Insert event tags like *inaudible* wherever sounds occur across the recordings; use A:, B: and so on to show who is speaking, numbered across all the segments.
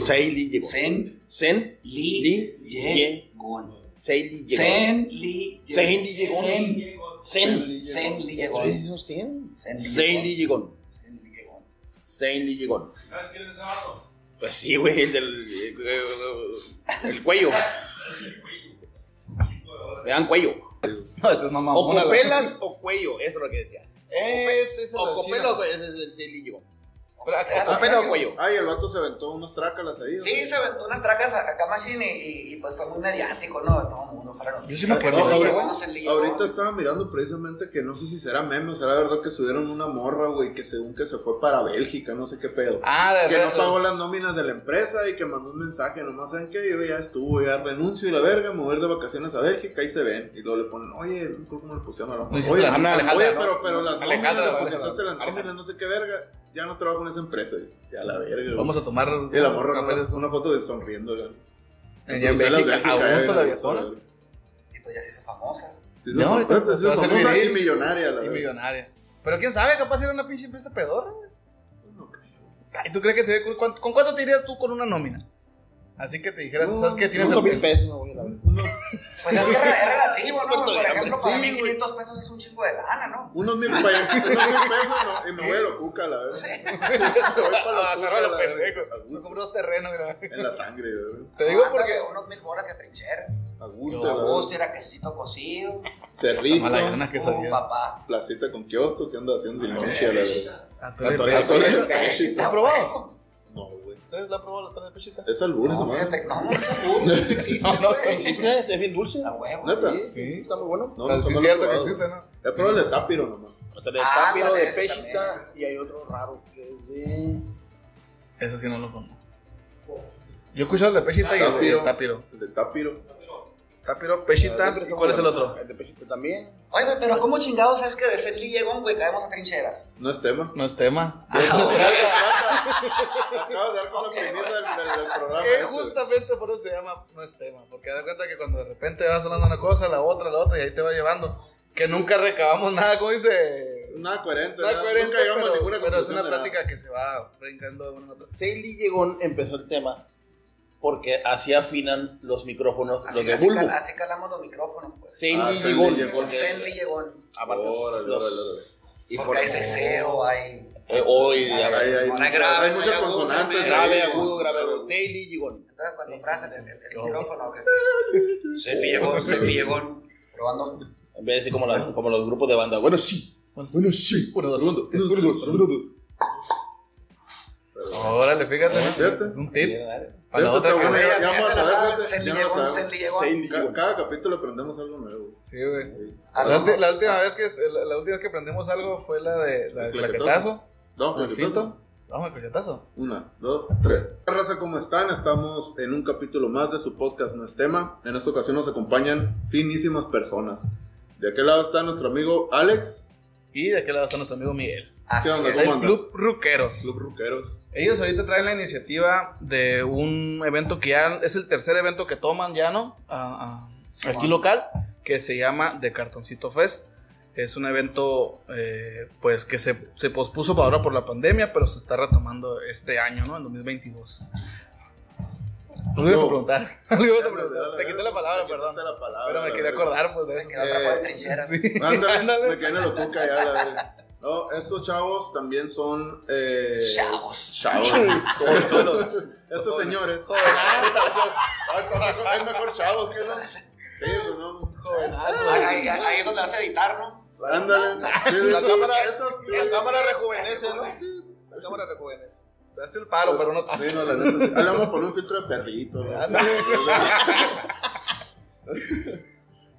A: antiguo.
B: Zen,
A: Zen,
B: Li,
A: Li,
B: Ye, Gon.
A: Sein Li Yegon.
B: Zen, Li, Ye-
A: Zen, Li, Ye-
B: Zen,
A: Zen.
B: Zen, Li, Ye-
A: ¿Lo
B: Gon.
A: dices un Zen?
B: Zen, Li,
A: Sein Li
B: Ye-
A: Yegon.
B: Zen, Li, Ye- Gon.
A: Sein Li Yegon.
C: ¿Sabes quién es ese vato?
A: Pues sí, güey, el del. eh, El cuello. Le dan cuello.
D: No, esto es más
A: O
D: mamona. güey.
A: copelas o cuello, eso es lo que decía.
E: Es, esa
A: O
E: es la
A: copelas o
E: china.
A: cuello, ese es el Sein Li Yegon.
E: Pero acá-
A: O copelas o cuello.
E: Ay, el vato se aventó unos trácalas ahí.
B: Sí, se aventó unas trajas a, a Kamashine y, y pues fue muy mediático, ¿no? Todo el mundo fue la
D: Yo sí
B: noticia.
D: me acuerdo,
B: Sí,
E: ahorita-
B: bueno, se le llegó.
E: Ahorita estaba mirando precisamente que no sé si será meme o será verdad que subieron una morra, güey, que según que se fue para Bélgica, no sé qué pedo.
D: Ah, de
E: que
D: re-
E: no pagó las nóminas de la empresa y que mandó un mensaje, nomás saben que yo ya estuvo, ya renuncio y la verga, me voy a ir de vacaciones a Bélgica y se ven. Y luego le ponen, oye, no creo cómo le pusieron a la
D: No hiciste
E: Oye,
D: la nómina, Alejandra,
E: oye,
D: ¿no?
E: pero, pero las nóminas,
D: Alejandra,
E: le
D: Alejandra,
E: presentaste las
D: Alejandra.
E: nóminas, no sé qué verga, ya no trabajo en esa empresa. güey. Ya la verga, güey.
D: Vamos a tomar.
E: Y la morra Pues
D: café de-
E: una, una foto de sonriendo, güey.
D: Allá en
E: Bruselas,
D: Pues Bélgica.
E: Bélgica,
D: Augusto
E: eh,
D: la
E: Augusto,
D: viejona.
E: güey.
B: Y pues ya se hizo famosa.
E: Sí,
D: No,
E: son
D: ahorita
E: famosas,
D: se va a
E: sí,
D: hacer
E: famosas
D: viril.
E: y millonaria, la
D: Y
E: verdad.
D: millonaria. Pero quién sabe, capaz era una pinche empresa pedorra, güey.
E: No creo.
D: Ay, ¿Tú crees que se ve cool? ¿Cuánto- ¿Con cuánto te irías tú con una nómina? Así que te dijeras,
E: No,
D: ¿sabes qué? Tienes
A: Cinco mil
D: el.
A: pesos, no, güey, la verdad.
E: Unos,
B: Pues es que es re- es relativo, ¿no?
A: Muerto de
B: Por ejemplo, para
E: Sí,
B: mí
E: güey.
B: 500 pesos es un chingo de lana, ¿no?
E: unos mil pesos, unos mil pesos no, y me voy a lo cuca, la verdad. Me *laughs* voy para lo
D: Ah,
E: cuca,
D: agarra
E: la
D: los
E: verga.
D: pendejos. Nos compró dos terrenos,
E: *laughs*
D: mira.
E: En la sangre, güey.
D: Te digo
B: Ándale,
D: porque.
B: Unos mil bolas y a trincheras.
E: A
B: Yo
E: gusto,
B: a
E: la verdad.
B: gusto, era quesito cocido.
E: Cerrito,
D: Malayana Ah, que
B: Uh,
D: sabía.
B: papá.
E: placita con kiosco, ¿qué anda haciendo sin lonche, la verdad?
D: ¿La
E: Atole-
D: has probado?
E: No, güey.
D: ¿Ustedes la han probado la torre de pechita?
E: Es albur, esa
B: No,
E: madre.
B: fíjate que no, no es existe.
D: No, no,
B: güey.
A: ¿Viste? Es bien dulce.
B: La huevo.
E: ¿Neta?
D: Sí.
A: Está muy bueno.
E: No,
D: o sea,
E: no,
D: sí es
E: no lo he
D: cierto que
E: probado.
D: existe, ¿no?
E: He probado el de tapiro nomás.
A: Hotel de
B: Ah,
A: Tápiro,
B: ándale,
A: de
B: ese
A: Pechita y hay otro raro que es de.
D: Eso sí no lo conozco. Yo he escuchado el de pechita y el de
E: Tapiro.
D: tapiro. Ah,
E: El de tapiro.
D: Tapiro, pechita, ¿y cuál es el otro?
A: El de Pechita también.
B: Oye, pero ¿cómo chingados es que de ser llegón, güey, caemos a trincheras?
E: No es tema.
D: No es tema.
E: De eso se trata. *laughs* Acabas de dar con la premisa del, del- del programa.
D: Que
E: este,
D: Eh,
E: güey.
D: justamente por eso se llama no es tema, porque da cuenta que cuando de repente va sonando una cosa, la otra, la otra, y ahí te va llevando, que nunca recabamos nada, como dice.
E: Nada coherente,
D: Nada
E: nada
D: coherente,
E: Nunca llegamos
D: pero,
E: a ninguna
D: pero es
E: conclusión.
D: una
E: de nada.
D: plática que se va brincando de una a otra.
A: Sally Llegón empezó el tema porque así afinan los micrófonos
B: Así,
A: los de
B: así,
A: Bulbo.
B: cal- así calamos los micrófonos, pues.
E: Ah,
A: Sally
E: Sally
A: Llegón.
E: Llegón.
A: porque
B: Ser llegón.
A: abarca
E: Órale,
A: los-
E: órale, órale.
A: y
B: Porque
A: por-
B: hay ceseo, hay...
A: eh, hoy
D: Ah,
E: Ahí
A: ya-
E: hay,
B: Una
E: mucha-
B: grave,
E: hay muchas
B: una
E: consonantes.
B: aguda,
A: grave,
E: ahí,
A: agudo,
E: güey.
A: grave, agudo. Sally Llegón.
B: Entonces cuando frasen el, el, el
D: Yo.
B: micrófono, ser llegón, ser llegón. Probando.
A: Oh. En vez de decir como, las- como los grupos de banda. Bueno, sí.
D: Bueno, sí. Uno, dos, tres, Órale, fíjate, ¿no?
E: Fíjate.
D: es un tip.
A: Sally
D: Para la otra
E: Fíjate,
B: Ah,
E: está
D: que
E: bueno,
D: vea.
E: ya vamos a ver, fíjate,
B: ser
E: ya vamos a
B: llegón,
E: ver.
B: ser llegón.
E: Cada,
A: Llegón.
E: cada capítulo aprendemos algo nuevo.
D: Sí, güey.
E: Sí.
D: La, ulti-
B: Algo-
D: la última vez que la, la última vez que aprendimos algo fue la de la del
E: El claquetazo.
D: claquetazo,
E: Dos,
D: el
E: minutitos.
D: fito. Vamos al claquetazo.
E: Una, dos, tres. Hola, Raza, ¿cómo están? Estamos en un capítulo más de su podcast No es tema. En esta ocasión nos acompañan finísimas personas. De aquel lado está nuestro amigo Alex,
D: Y de aquel lado está nuestro amigo Miguel.
B: Así
E: ¿Qué onda?
B: es.
D: El
E: anda?
D: Club Ruqueros.
E: Club Ruqueros.
D: Ellos ahorita traen la iniciativa de un evento que ya es el tercer evento que toman ya, ¿no? Ah, ah, aquí local, que se llama The Cartoncito Fest. Es un evento, eh, pues, que se, se pospuso para ahora por la pandemia, pero se está retomando este año, ¿no? En 2022. Algo ibas a
E: No.
D: preguntar. *laughs* Algo ibas a
E: Ya, la
D: preguntar.
E: verdad,
D: Te quité la palabra,
E: te quitaste
D: perdón.
E: la palabra,
D: Pero me
E: la
D: quería
E: verdad.
D: acordar, pues, de
B: Se
D: eso.
B: quedó atrás
E: Eh,
B: de trincheras.
D: Sí.
E: *laughs* Ándale,
D: *laughs* Ándale.
E: me quedé en el ocuca ya, la verdad. No, estos chavos también son. Eh,
B: Chavos.
E: Chavos.
D: Solos.
E: estos señores. *laughs* Ay, tampoco- Es mejor chavos que no. Sí, pues, no.
B: Ahí, ahí- ahí es donde vas a editar, ¿no?
E: Ándale. Sí,
A: La
E: sí,
A: cámara-
E: estos-
A: cámara rejuvenece, ¿no?
D: La cámara rejuvenece. Hace el paro, pero no tanto.
E: Sí, no, la neta, sí. Ah, Le vamos a poner un filtro de perrito. ¿no? *laughs*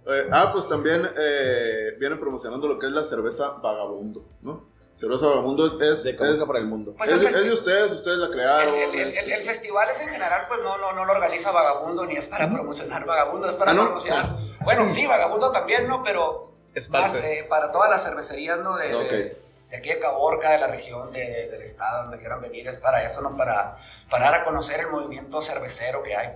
E: Eh, ah, pues también eh, vienen promocionando lo que es la cerveza vagabundo, ¿no? Cerveza vagabundo es, es,
A: De
E: es-
A: cabeza para el mundo.
B: Pues
E: es-
B: el,
E: es de
B: festi-
E: ustedes, ustedes la crearon. este,
B: el- el- el- el festival es en general, pues no, no, no lo organiza Vagabundo ni es para promocionar Vagabundo, es para
E: ¿Ah, no?
B: promocionar. Bueno, sí, Vagabundo también, ¿no? Pero
D: Es
B: más
D: parte.
B: eh, para todas las cervecerías, ¿no? De, de-
E: Ok.
B: de aquí de Caborca, de la región, de- de- del estado, donde quieran venir, es para eso, ¿no? Para, para dar a conocer el movimiento cervecero que hay.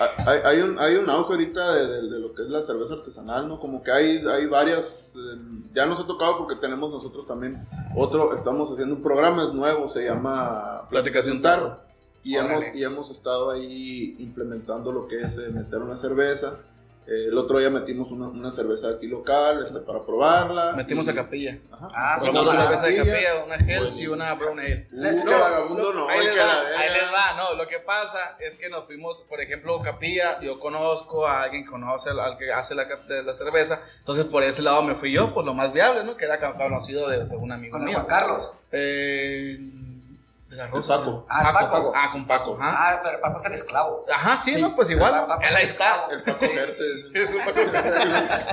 E: Ah, Hay, hay un, hay un auge ahorita de, de- de lo que es la cerveza artesanal, ¿no? Como que hay, hay varias, eh, ya nos ha tocado porque tenemos nosotros también otro, estamos haciendo un programa, es nuevo, se llama
D: Pláticas de un
E: Tarro. Y
B: Órale.
E: hemos, y hemos estado ahí implementando lo que es eh, meter una cerveza. Eh, el otro día metimos una, una cerveza aquí local este, para probarla.
D: Metimos
E: Y-
D: a capilla.
E: Ajá.
B: Ah, sí,
D: Probamos
B: una
D: una cerveza de
E: capilla.
D: capilla, una Hells y una Brown Ale.
E: Uh,
B: No,
E: qué vagabundo no.
D: ahí,
E: que
D: les
E: la
D: va,
E: verga.
D: ahí les va, no, lo que pasa es que nos fuimos, por ejemplo, Capilla, yo conozco a alguien conoce al, al que hace la, cap- de la cerveza, entonces por ese lado me fui yo, pues lo más viable, ¿no? Que era ca- conocido de, de un amigo
B: Con el
D: mío.
B: Juan Carlos.
D: Eh, de la
E: Con
D: Rosa.
E: Paco.
B: Ah, el Paco.
D: Ah, con Paco, ajá.
B: Ah, pero Paco es el esclavo.
D: Ajá, sí,
B: sí,
D: no, pues igual,
B: el Paco
D: él ahí
B: es
D: está.
E: El Paco Gerte.
D: El *laughs* Paco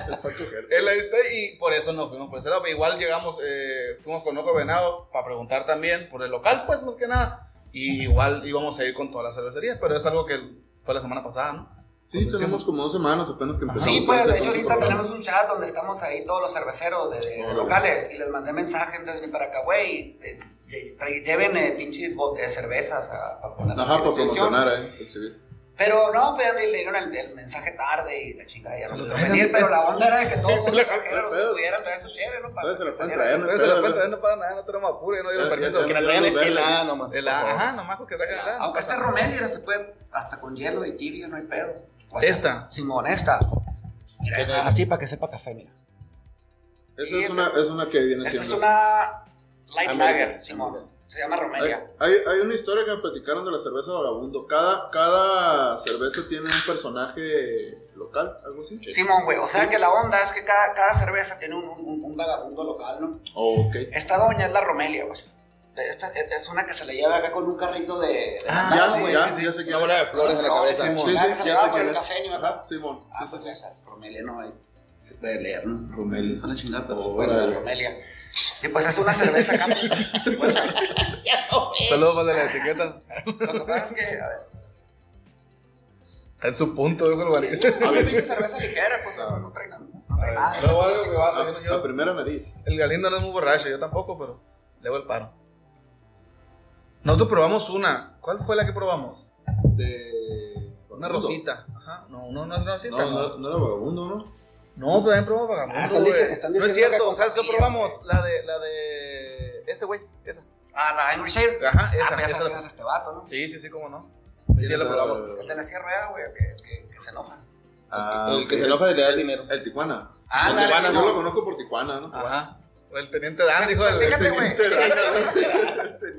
E: El Paco Gerte.
D: Él ahí está y por eso nos fuimos por ese lado. pero Igual llegamos, eh, fuimos con Ojo Venado para preguntar también por el local, pues más que nada. Y igual íbamos a ir con todas las cervecerías, pero es algo que fue la semana pasada, ¿no? Pues,
E: Sí, tenemos como dos semanas apenas que empezamos.
B: Sí, pues
E: con
B: de
E: este
B: hecho ahorita
E: programa.
B: tenemos un chat donde estamos ahí todos los cerveceros de, de
E: Órale.
B: locales y les mandé mensajes desde para acá, güey, eh, lle- tra- lleven eh, pinches bot- eh, cervezas a, a poner
E: Ajá, para
B: exhibición.
E: promocionar, eh. exhibir.
B: Pero no, pues le dieron el, el mensaje tarde y la chingada ya no
D: Se lo
B: pudo
D: trajeron.
B: venir, pero la onda era de que todos los
D: La-
B: extranjeros
E: la-
B: pudieran traer sus chéveres, ¿no? Para
E: Entonces se
B: que
E: la
B: salieran.
E: pueden traer, no Eh,
D: Pero
E: hay
D: se
E: pedo,
D: lo cuenta,
E: ¿verdad?
D: no pasa nada, no tenemos apuro, yo no
E: Ya-
D: dieron permiso.
E: ya-
A: Que
D: Que
A: la
E: ya-
D: la-
A: traigan
E: Los verdes.
A: helada nomás.
D: el- Ajá, nomás porque traigan el
B: Aunque esta romelera se puede hasta con hielo y tibio, no hay pedo. O sea,
D: ¿Esta?
B: Simón, esta. Mira,
A: ¿Qué
B: esta,
A: tal?
B: así para que sepa café, mira.
E: Esa
B: Sí,
E: es una,
B: esta-
E: es una que viene
B: Esta es
E: siendo.
B: una light
A: American,
B: lager, Simón. Se llama
E: Hay,
B: Romelia.
E: hay, hay una historia que me platicaron de la cerveza vagabundo. Cada, cada cerveza tiene un personaje local, algo así.
B: Simón, güey. O sea que la onda es que cada, cada cerveza tiene un, un- un vagabundo local, ¿no?
E: Oh, ok.
B: Esta doña es la Romelia, güey. Esta es es una que se le lleva acá con un carrito de, de
D: Ah,
B: mandado,
E: Ya,
B: güey.
E: ya, ya sé que.
A: Una bola de flores en la cabeza.
E: Sí,
B: Simón.
E: sí,
B: Ah,
E: ya
B: que se
E: sé
B: le daba por
E: quién
B: el
E: es.
B: café, ¿no?
E: Ajá, Simón.
B: Ah, pues esa es Romelia, no, güey. Se puede leer, ¿no?
E: Romelia.
B: Con la chingada, pero se
E: Oh,
B: puede leer,
E: órale.
B: Romelia. Y pues es una cerveza acá.
D: *laughs*
B: o sea,
D: Saludos para la etiqueta.
B: lo que pasa es que, a ver,
D: Está en su punto, dijo el barrio.
B: es una pinche cerveza ligera, pues no, no trae nada. No trae
E: Ah,
B: nada.
D: Luego algo que va
E: A,
D: saliendo
E: a
D: Ah, yo.
E: primera nariz.
D: El Galindo no es muy borracho, yo tampoco, pero le doy el paro. Nosotros probamos una. ¿Cuál fue la que probamos?
E: De.
D: Una rosita. Ajá. No, no, no es rosita.
E: No,
D: No,
E: no, no era vagabundo, ¿no?
D: No, pero también probamos vagabundo.
B: Ah, están dic-
D: güey.
B: están
D: no es
B: diciendo
D: cierto,
B: que
D: ¿sabes qué
B: compartía,
D: probamos? La de, la de este güey, esa.
B: Ah, la Angry Share.
D: Ajá,
B: Ah,
D: esa,
B: pero ya
D: esa.
B: sabes quién es este vato, ¿no?
D: Sí, sí, sí, cómo no. Sí,
E: ¿Quién
D: la
E: era?
D: probamos.
B: El de la sierra, rueda, güey, que, que, que se enoja.
E: Ah,
A: El que
E: ok.
A: se enoja le da el dinero.
E: El Tijuana.
B: Ah,
E: El
B: dale,
E: Tijuana,
B: Simón.
E: yo lo conozco por Tijuana, ¿no?
D: Ajá. O el teniente Dan dijo
B: Pues
D: el-
B: fíjate,
E: *laughs*
B: güey.
E: Teniente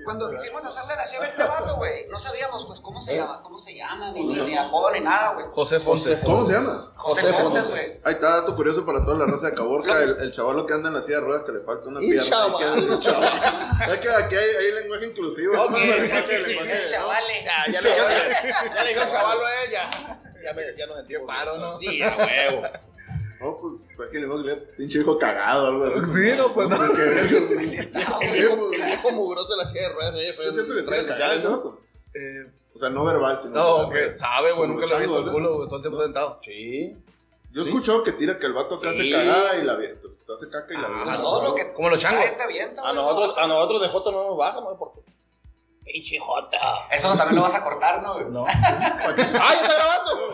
B: Cuando quisimos hacerle la cheve a este vato, güey, no sabíamos, pues, cómo se llama, cómo se llama, ni, ni, ni apodo, ni nada, güey.
D: José Fontes.
E: ¿Cómo se llama?
B: José, pues.
A: José
B: Fontes,
A: Fontes.
B: güey.
E: Ahí está dato curioso para toda la raza de Caborca, el, el chavalo que anda en la silla de ruedas que le falta una
A: Y
E: pierna.
A: chaval.
E: Hay que- un chaval. Es que aquí hay, hay lenguaje inclusivo. *laughs* ¿no? Lenguaje- lenguaje-
B: Chavales.
A: Ah, Ya le ya le dijo el chaval a ella. Ya me- ya nos entiendo.
D: Paro, ¿no?
A: Sí, a *laughs* huevo.
E: No, pues, pues que le digo que le pinche hijo cagado o algo así.
D: Sí, no, pues, no.
E: Porque eso, güey.
B: Sí
E: *laughs*
B: está,
A: El
B: güey.
A: viejo- el viejo mugroso de la silla de ruedas. oye, fue
E: pues, Yo siempre le
A: un
E: traigo
A: rey,
E: cagado
A: ¿no?
E: ese vato.
D: Eh,
E: O sea, no verbal, sino.
D: no,
E: que-
D: que sabe, güey, nunca lo he visto el culo, güey, todo el tiempo sentado.
A: Sí.
E: Yo he escuchado que tira que el vato acá hace
A: Sí.
E: cagada y la viento. Hace caca y la
D: Ah,
E: viento.
B: A todo lo que.
D: Como los changos.
B: Ahí te avienta,
A: A
B: güey,
A: nosotros,
B: ese
A: a
B: vato.
A: nosotros de Joto ah, no nos baja, ¿no? Porque. Pinche Jota.
B: Eso también lo vas a cortar, ¿no, güey?
D: No.
A: ¡Ay, está *laughs* grabando!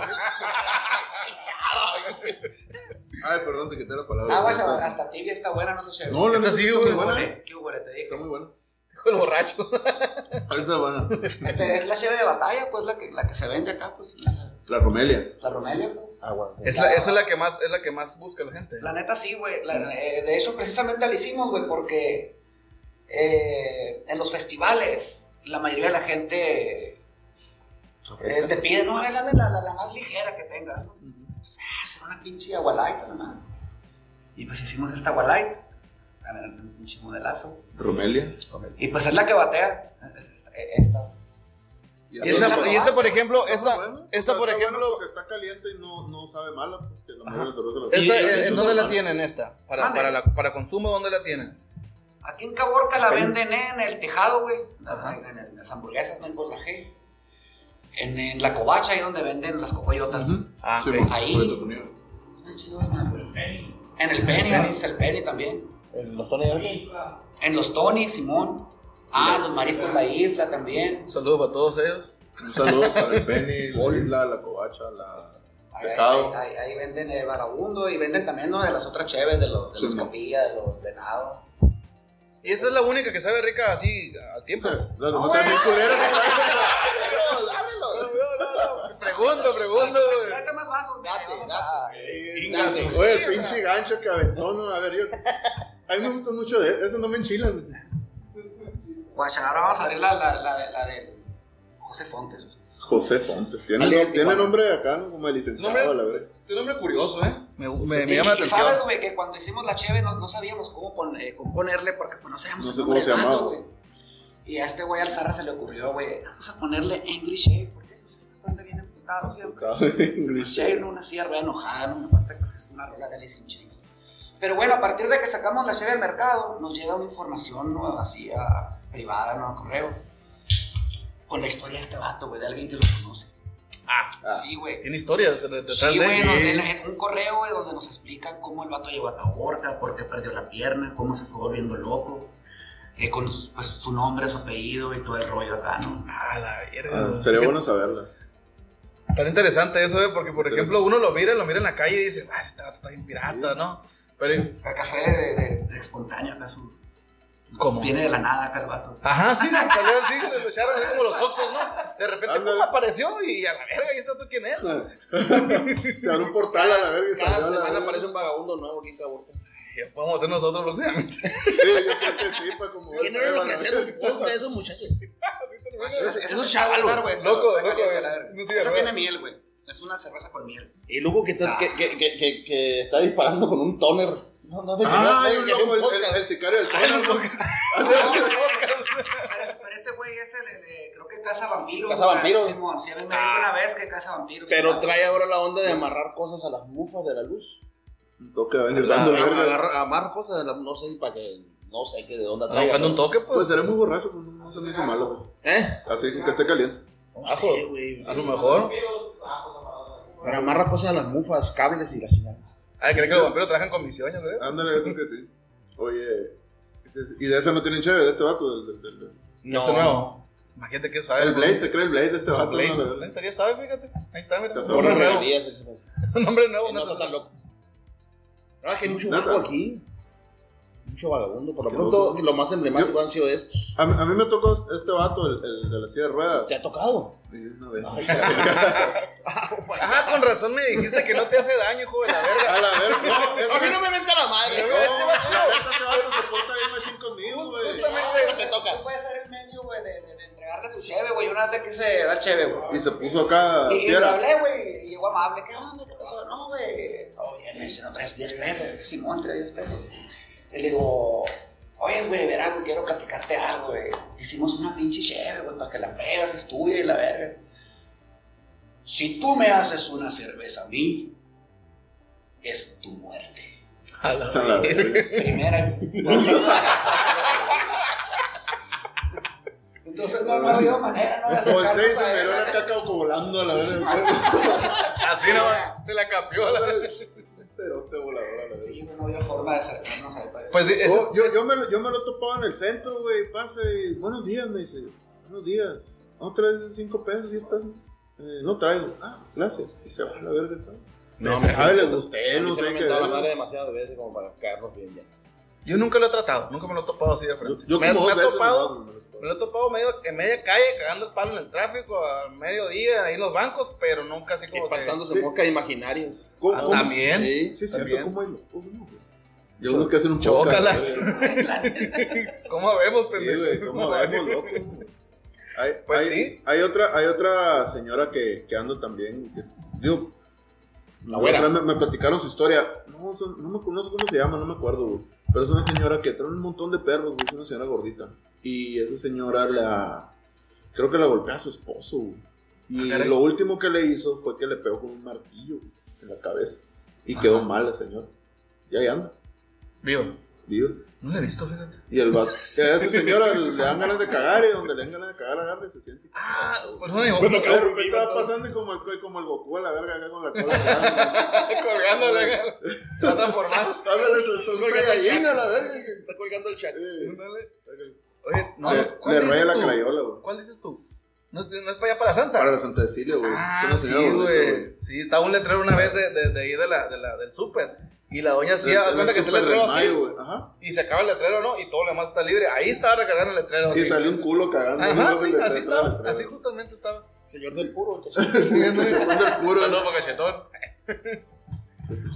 E: Ay, perdón, te quité la palabra.
B: Ah, güey, hasta hasta tibia está buena, no se cheve.
E: No, la
D: Esta
E: neta
D: sí,
E: está
D: güey,
E: muy buena.
D: güey.
B: Qué güey, te
E: Está
B: dije.
E: muy buena.
D: Dijo el borracho.
E: Ahí está buena.
B: Este, es la cheve de batalla, pues, la que, la que se vende acá, pues. La,
E: La Romelia.
B: la Romelia, pues.
A: Ah,
D: Es la, esa es la que más, es la que más busca la gente.
B: La neta sí, güey. La- eh, de hecho, precisamente la hicimos, güey, porque eh, en los festivales la mayoría de la gente eh, te pide, no, a ver, dame la, la- la más ligera que tengas. ¿no? Pues, ah, será una pinche agualite, nomás. Y pues hicimos esta agualite. A ver, un pinche modelazo.
E: Romelia.
B: Y pues es la que batea. Esta. esta.
D: Y esa, y esa, por ejemplo,
E: Está
D: esa,
E: bueno.
D: esa,
E: Está-
D: por
E: está bueno
D: ejemplo,
E: porque está caliente y no, no sabe mala. Porque la mayoría de las cervezas
D: esa,
E: las- Y-
D: eh,
E: y-
D: ¿en
E: y-
D: dónde la
E: y-
D: tienen esta? Para,
B: Mande.
D: para, la- para consumo, ¿dónde la tienen?
B: Aquí en Caborca la
D: Ok.
B: venden en el tejado, güey.
D: Ajá.
B: En, en- en las hamburguesas, no en por la G. En, en la covacha, ahí donde venden las cocoyotas.
E: Ujú.
D: Ah,
E: Sí,
D: ok.
E: por-
B: Ahí.
E: pues, por eso, por ejemplo.
B: Ay, chicos, más, güey. En el Penny, ahí dice el Penny también.
A: ¿Los Tony Jerkins?
B: En los Tony, Simón. Ah, en los mariscos de la isla también.
D: Saludos para todos ellos.
E: Un saludo para el Penny, la isla, la covacha, la
D: Ah,
E: *laughs*
B: Ahí,
E: pecado.
B: ahí- ahí- ahí venden eh, vagabundo y venden también ¿no? de las otras cheves, de los, de
E: Sí,
B: los
E: mo.
B: capillas, de los venados.
D: Y esa es la única que sabe rica así al *laughs* tiempo.
E: Las demás están bien culeras.
A: Dámelo, dámelo.
D: Pregunto, pregunto, güey.
B: Date más vasos, güey,
A: Date,
B: vamos a-
A: date.
E: Oye,
A: Date.
E: el pinche gancho que aventó, no, a ver, yo. A mí me gusta mucho de eso, no me enchilan.
B: Guacha, ahora vamos a abrir la, la, la, de- la del José Fontes. güey.
E: José Fontes, tiene,
A: Ale,
E: tiene
A: igual.
E: nombre de acá, ¿no? Como de licenciado,
D: Nombre-
E: la verdad.
D: Tiene nombre curioso, ¿eh? Me, me- me
B: Y-
D: llama la
B: y
D: atención.
B: sabes, güey, que cuando hicimos la cheve no, no sabíamos cómo pon- eh, cómo ponerle porque pues, no sabíamos
E: No
B: el
E: sé
B: nombre
E: cómo se
B: del vato,
E: llamaba.
B: güey. Y a este güey al Zara se le ocurrió, güey, vamos a ponerle Angry Shade porque pues, el vato anda bien emputado siempre.
A: *laughs*
B: Shade, no una sierra enojada, no me cuenta que es una rola de Alice in Chains. Pero bueno, a partir de que sacamos la cheve al mercado, nos llega una información ¿no? así a- privada, ¿no? A correo. Con la historia de este vato, güey, de alguien que lo conoce.
D: Ah,
B: sí, güey.
D: tiene historias de- de- detrás
B: Sí,
D: de
B: bueno,
D: Sí.
B: un correo güey, donde nos explican cómo el vato llegó a Caborca, por qué perdió la pierna, cómo se fue volviendo loco, eh, con su, pues, su nombre, su apellido y todo el rollo acá, ¿no?
D: Ah, la verga.
E: Ah,
D: Así
E: sería
D: que-
E: bueno saberla.
D: Tan interesante eso, ¿eh? Porque, por ejemplo, uno lo mira, lo mira en la calle y dice, ah, este vato está bien pirata, ¿no? Pero,
B: Acá fue de, de- de espontáneo, acá su-
D: ¿cómo?
B: Viene de la nada acá el vato.
D: Ajá, sí, salió así, lo echaron así como los oxos, ¿no? De repente,
E: Ándale.
D: ¡pum! apareció y a la verga, ¿y está tú quién es?
E: *laughs* se abrió un portal a la verga y salió a
A: Cada
E: la
A: semana
E: verga.
A: aparece un vagabundo nuevo aquí en Caborca.
D: Ya podemos hacer nosotros próximamente.
E: Sí, yo creo que sí,
A: *laughs*
E: pues como.
A: ¿Qué no era lo que hacían ustedes, esos muchachos?
B: Es, es un chaval, güey. está-
D: Loco,
B: está
D: loco,
B: caliente,
D: güey.
B: la verga.
D: No sigas,
B: Esa
D: güey.
B: tiene miel, güey. Es una cerveza con miel.
A: Y luego que está, que, que, que, que, que está disparando con un toner. No, no sé
E: Ah,
A: qué
E: yo
A: que
E: loco,
A: un
E: el,
A: podcast.
E: el, el sicario del pueblo.
B: Parece, parece, güey, es el, el, eh, creo que caza vampiros.
A: Caza
B: güey,
A: vampiros.
B: Simón, sí, a mí me dijo una vez que caza vampiros.
E: ah.
A: Pero trae ahora la onda de amarrar cosas a las mufas de la luz.
E: Toca venir
A: La-
E: dando
A: agarra-
E: verga.
A: agarra- Amar cosas de la no sé para que no sé qué de dónde
D: Está
A: trae.
D: buscando un toque,
E: Pues
D: pues.
E: seré muy borracho, pues no no se me hizo malo.
A: ¿Eh?
E: Así que esté caliente.
A: No sé, güey.
D: A lo mejor.
A: Pero amarra cosas a las mufas, cables y la chingada.
D: Ah, creen que los vampiros trabajan con misiones, creo.
E: Ándale, yo creo que sí. Oye, ¿y de esa no tienen chévere de este vato? Del, del, del-
D: No.
A: Este
D: Eso no. Este Imagínate que
A: Ah,
D: sabe.
E: el
D: güey.
E: Blade, se cree el Blade de este
D: El
E: vato.
D: Blade.
E: ¿no? La
D: Ahí
E: verdad.
D: estaría sabe, fíjate. Ahí está, mira.
E: Está
D: Un
E: sobre-
D: nombre nuevo.
A: Regalías, ese pedo.
D: Un nombre nuevo.
A: No está tan loco. No, es que hay mucho
E: Nada.
A: guapo aquí. Mucho vagabundo. Por lo
E: Qué
A: pronto,
E: loco.
A: lo más emblemático han sido estos.
E: A, mí- a mí me tocó este vato, el, el de la silla de ruedas.
A: ¿Te ha tocado?
E: Y Una vez.
D: Ajá, con razón me dijiste que no te hace daño, hijo de la verga.
E: A la verga, no, es
A: A mí no me venta la madre.
E: No, la neta, ese vato se porta bien machín conmigo, güey.
A: Justamente te toca.
B: Tú puedes ser el medio, güey, de, de- de entregarle su cheve, güey. Yo una vez le quise dar cheve, güey.
E: Y se puso acá
B: Y, y le
E: fiera.
B: hablé, güey, y llegó amable. ¿Qué onda? ¿Qué pasó? No, güey. Todo bien, me dice, no traes 10 pesos. Simón, te doy 10 pesos. Y le digo, oye, güey, verás, güey, quiero platicarte algo, güey. Hicimos una pinche cheve, güey, para que la pruebas, es tuya y la verga. Si tú me haces una cerveza a mí, es tu muerte.
D: A la
E: A la
B: *laughs*
E: verga.
B: Primera. Entonces no, no había manera, no de
E: Volté y
B: acercarnos
E: se
B: a
E: me
B: él,
E: dio
B: la
E: la
B: neta.
E: caca como volando a la verga.
D: Así no, se la cambió. la verga.
E: *laughs* Cerote volador a la verga.
B: Sí, güey, no había forma de acercarnos a él. güey.
D: Pues sí, es-
E: Oh, yo, yo, me, lo- yo me lo topaba en el centro, güey. Pase, y, buenos días, me dice. Buenos días. ¿No traes 5 pesos, 10 pesos? Eh, no traigo. Ah, gracias. Y se va a la verga. ¿no?
A: No,
E: Se
A: me-
E: sabe, le
A: se-
E: gusté,
A: A mí
E: no
A: se me
E: sé
A: ha
E: qué.
A: mentado la madre
E: verga.
A: demasiadas veces como para caernos bien ya.
D: Yo nunca lo he tratado, nunca me lo he topado así de frente.
E: Yo
D: me,
E: como
D: me
E: dos
D: he
E: veces
D: topado,
E: nomás, güey,
D: me lo he topado medio, en media calle, cagando el palo en el tráfico, al mediodía, ahí en los bancos, pero nunca así como que...
A: Espantándose
E: Sí.
A: moscas imaginarias.
E: ¿Cómo-
D: Ah,
E: cómo-
D: También.
A: Sí.
E: Sí, es
D: También.
E: cierto, ¿cómo hay locos, no, güey? Y unos que hacen un
D: Chócalas.
E: podcast, güey.
D: ¿Cómo vemos,
E: Sí,
D: pendejo?
E: güey,
D: *laughs*
E: ¿cómo vemos locos, güey? Hay,
D: Pues
E: hay-
D: sí.
E: Hay otra, hay otra señora que, que anda también. que- digo,
A: La güera.
E: otra vez Me, me platicaron su historia. No, son- no, me, no sé cómo se llama, no me acuerdo, güey. Pero es una señora que trae un montón de perros, güey. Es una señora gordita. Y esa señora la. Creo que la golpea a su esposo, güey. Y
D: Ah, caray.
E: lo último que le hizo fue que le pegó con un martillo güey, en la cabeza. Y quedó mal la señora. Y ahí anda,
D: Vivo.
E: viva.
D: No lo he visto, fíjate.
E: Y el vato. Que a esa señora le dan ganas de cagar y donde le dan ganas de cagar, agarra y se siente.
D: Ah, por eso me digo, *laughs*
E: Bueno,
A: Bueno,
E: de
A: cabrón,
E: repente
A: viva
E: va
A: todo.
E: pasando y como el, como el Goku a la verga acá con la cola.
D: colgando, la- se va a transformar.
E: Háblale, son, son gallina la verga.
A: Está colgando el chat.
E: Eh,
D: Ándale. Oye, no,
E: le
D: ¿cuál
E: le
D: dices
E: raya la
D: tú?
E: crayola, güey.
D: ¿Cuál dices tú? No es, no es para allá para la Santa.
E: Para la Santa Cecilia, güey.
D: Ah,
E: Una
D: sí,
E: señora gordita,
D: güey. Sí, estaba un letrero una vez de, de, de ahí de la, de la, del súper. Y la doña hacía,
E: Era-
D: haz
E: era
D: cuenta que
E: el
D: está el letrero
E: Super del
D: así.
E: Mayo, güey. Ajá.
D: Y se acaba el letrero, ¿no? Y todo lo demás está libre. Ahí estaba recargando el letrero.
E: Y
D: así.
E: salió un culo cagando.
D: Ajá,
E: Luego se
D: sí,
E: le
D: así
E: trataba
D: estaba.
E: de
D: Así
E: traer.
D: justamente estaba.
A: Señor del puro.
E: *laughs* Sí, entonces, se pone el puro.
D: Saludos para Cachetón.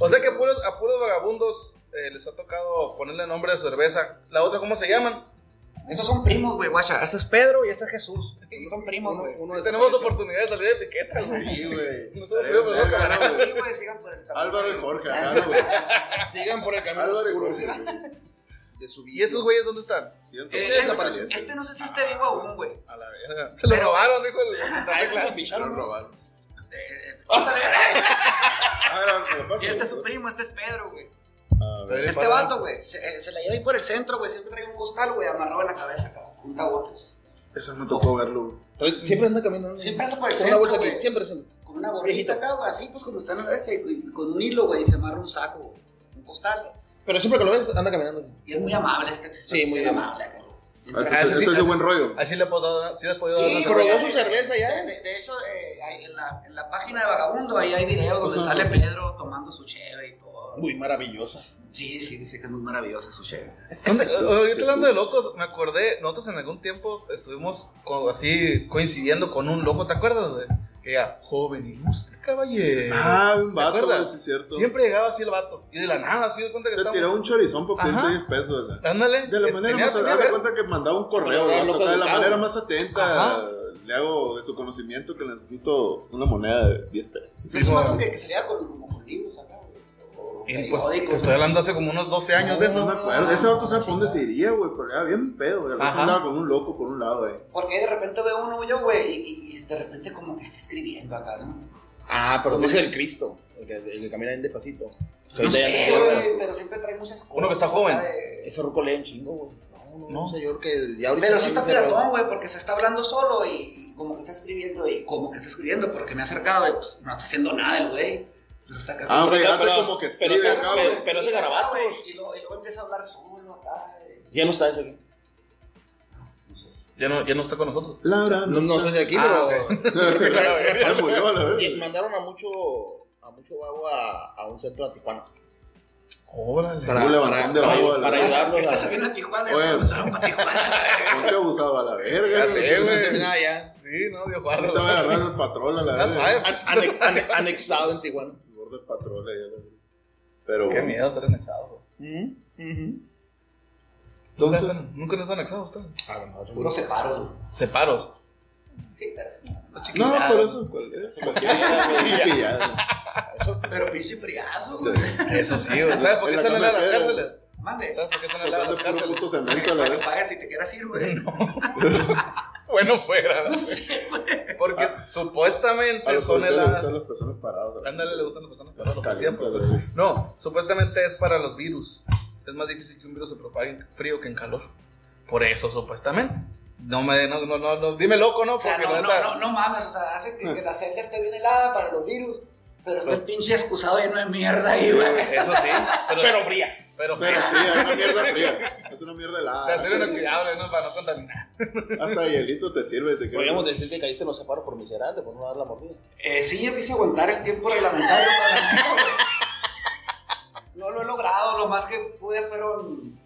D: O sea que a puros, a puros vagabundos eh, les ha tocado ponerle nombre a cerveza. ¿La otra cómo se llaman?
B: Estos son primos, güey, guacha. Este es Pedro y este es Jesús. Son primos,
D: Uno-
B: güey.
D: uno de- tenemos oportunidad de salir de etiqueta, güey.
E: Sí, güey.
D: No se lo pido, pero no
E: Verga,
D: cabrón.
E: güey.
B: Sí, güey, sigan por el camino.
E: Álvaro y Jorge,
D: Ah,
E: acá, güey.
A: Sigan por el camino
E: Álvaro y
A: oscuro.
E: Jorge.
A: De su vida.
D: ¿Y estos güeyes dónde están?
E: Siento.
A: Eh,
B: Este-
A: desapareció.
B: Este no sé si esté vivo aún, güey.
D: A la verga. Se lo
B: Pero-
D: robaron, dijo el.
A: Ay, claro,
E: Ya lo
A: picharon, ¿no?
E: robaron.
B: Eh,
E: Ah, era- lo paso,
B: Y este es su
E: güey.
B: primo, este es Pedro, güey.
E: A ver.
B: Este vato, güey, se, eh, se la lleva ahí por el centro, güey. Siempre trae un costal, güey, amarrado en la cabeza, cabrón. Con guapos.
E: Eso me tocó verlo, güey.
A: Pero Siempre anda caminando.
B: Siempre anda por el
A: Con
B: centro,
A: Una bolsa
B: güey.
A: aquí. Siempre, siempre.
B: Con una gorrita
A: Viejito.
B: acá, güey, así, pues cuando están ese, güey, con un hilo, güey, y se amarra un saco, güey. Un costal, güey.
A: Pero siempre que lo ves, anda caminando.
B: Y es muy amable, este.
A: Sí, muy
B: bien
A: bien.
B: amable, acá, güey.
E: Ah,
B: Entra-
D: Ah,
E: Entonces,
D: eso sí,
E: esto es de
D: así-
E: buen rollo.
D: Así le puedo dar. Ah, Sí, le puedo dar.
B: Sí,
D: una
A: pero
B: güey.
A: probó
D: cerveza.
A: su cerveza ya.
B: De, de hecho, eh, ahí en, la, en la página de Vagabundo ahí hay videos donde
E: Ajá.
B: sale Pedro tomando su cheve y todo.
A: Muy maravillosa.
B: Sí, sí, dice que es muy maravillosa su cheve.
D: ¿Dónde-
E: Jesús,
D: Ahorita hablando de
E: Jesús.
D: locos, me acordé, nosotros en algún tiempo estuvimos co- así coincidiendo con un loco, ¿te acuerdas? güey? Que era joven ilustre caballero.
E: Ah, un
D: ¿Te
E: vato,
D: acuerdas?
E: güey, sí, es cierto.
D: Siempre llegaba así el vato. Y de la nada, así de cuenta que
E: Te
D: estaba.
E: tiró un chorizón por
D: Ajá.
E: 10 pesos, güey.
D: Ándale.
E: De la manera
D: Tenía-
E: más
D: tenía
E: haz de
D: ver-
E: cuenta que mandaba un correo,
A: Pero era
E: vato,
A: loco
E: o sea, de la
A: educado.
E: manera más atenta.
D: Ajá.
E: Le hago de su conocimiento que necesito una moneda de 10 pesos.
B: es un
D: bueno.
B: vato que, que salía con, como con libros acá, güey. o
D: Y pues,
B: periódicos,
D: te estoy
B: güey.
D: hablando hace como unos 12 años
E: No,
D: de eso.
E: No me acuerdo. Ese vato sabe por dónde se iría, güey, pero era bien pedo, güey.
D: Ajá.
E: Andaba con un loco por un lado, güey.
B: Porque de repente veo uno yo, güey, y, y- y de repente como que está escribiendo acá, ¿no?
A: Ah, pero
B: ¿Cómo
A: ese es
B: se-
A: el Cristo. El que, el que camina bien despacito.
B: No
A: Ahorita ya
B: sé,
A: se acuerda.
B: güey, pero siempre trae muchas cosas.
D: Uno que está
B: acá
D: joven.
B: de-
A: Ese ruco lee un chingo, güey. No, no,
D: No.
A: no, señor, que ya ahorita.
B: Pero sí está
A: se roba.
B: piratón, güey, porque se está hablando solo y, y como que está escribiendo y como que está escribiendo porque me ha acercado y pues no está haciendo nada el güey. Pero está acá.
E: Ah,
A: Pero-
E: güey, hace
A: pero-
E: como que
A: pero
E: escribe
A: se
E: acá,
A: hace-
E: güey.
A: pero- pero ese garabato,
B: güey. Y luego, y luego empieza a hablar solo acá. eh, güey.
A: Ya no está ese aquí.
D: Ya no, ya no está con
E: *laughs*
D: nosotros.
E: Laura,
A: No, no sé si aquí,
D: Ah,
A: pero.
E: Ya murió, la
A: Y
E: verdad.
A: mandaron a mucho. A mucho vago a, a un centro de Tijuana.
D: Órale.
E: Un levantón de vago, la
A: para
E: verdad.
A: ayudarlos
B: Este
A: a-
B: se vino a Tijuana,
E: Oye.
B: lo mandaron para Tijuana.
E: ¿Por qué abusaba a la verga?
D: Ya sé,
A: No
D: güey.
A: terminaba ya.
D: Sí, no, Dios
E: Ahorita
D: guarda.
E: voy a agarrar el patrón a la
D: Ya
E: verga.
D: sabe.
A: An- ane- ane- anexado en Tijuana.
E: El gordo del patrón ahí, a la verga. Pero,
D: Qué
E: bueno.
D: miedo estar anexado. güey. mm-hmm. Nunca
E: Entonces,
D: están- Nunca nos han anexado ustedes.
B: *laughs*
A: Ah,
B: Puro separo, güey.
D: Separos.
B: Sí, pero es
E: no,
D: chiquillada.
E: por eso, pues, cualquiera. Chiquillada.
B: Pero pinche friazo, güey.
D: Eso sí,
E: *laughs*
D: güey. ¿Sabes por qué
E: En la
D: están en
E: cama
D: las
E: de Pedro.
D: cárceles?
B: Mande.
D: ¿Sabes por qué están en
E: Tocando
D: las
E: puro puto
D: cárceles?
E: cemento a la
B: Para que
E: verga.
B: pagues si te quieras ir, güey.
D: Bueno,
E: *laughs*
D: fuera.
B: No sé, güey.
D: Porque
E: A
D: supuestamente
E: los
D: son
E: policías les gustan las
D: heladas.
E: personas paradas.
D: Ándale, le gustan las personas. pero
E: Las
D: los policías,
E: calientas,
D: pues,
E: güey.
D: No, supuestamente es para los virus. Es más difícil que un virus se propague en frío que en calor. Por eso, supuestamente. No me, no, no, no, no, dime loco, ¿no?
B: O sea,
D: Porque
B: no,
D: la
B: no,
D: neta-
B: no, no mames, o sea, hace que, que la celda esté bien helada para los virus, pero está el pinche excusado lleno de mierda ahí, güey.
D: Eso sí. Pero, fría. Pero fría.
E: Pero fría, es una mierda fría. Es una mierda helada.
D: De acero inoxidable, ¿no? Para no contaminar.
E: Hasta hielito te sirve. Te
A: Podríamos decir que caíste en los separos por miserable, por no dar la mordida.
B: Eh, sí, yo quise aguantar el tiempo reglamentario para mí, güey. No lo he logrado, lo más que pude fueron.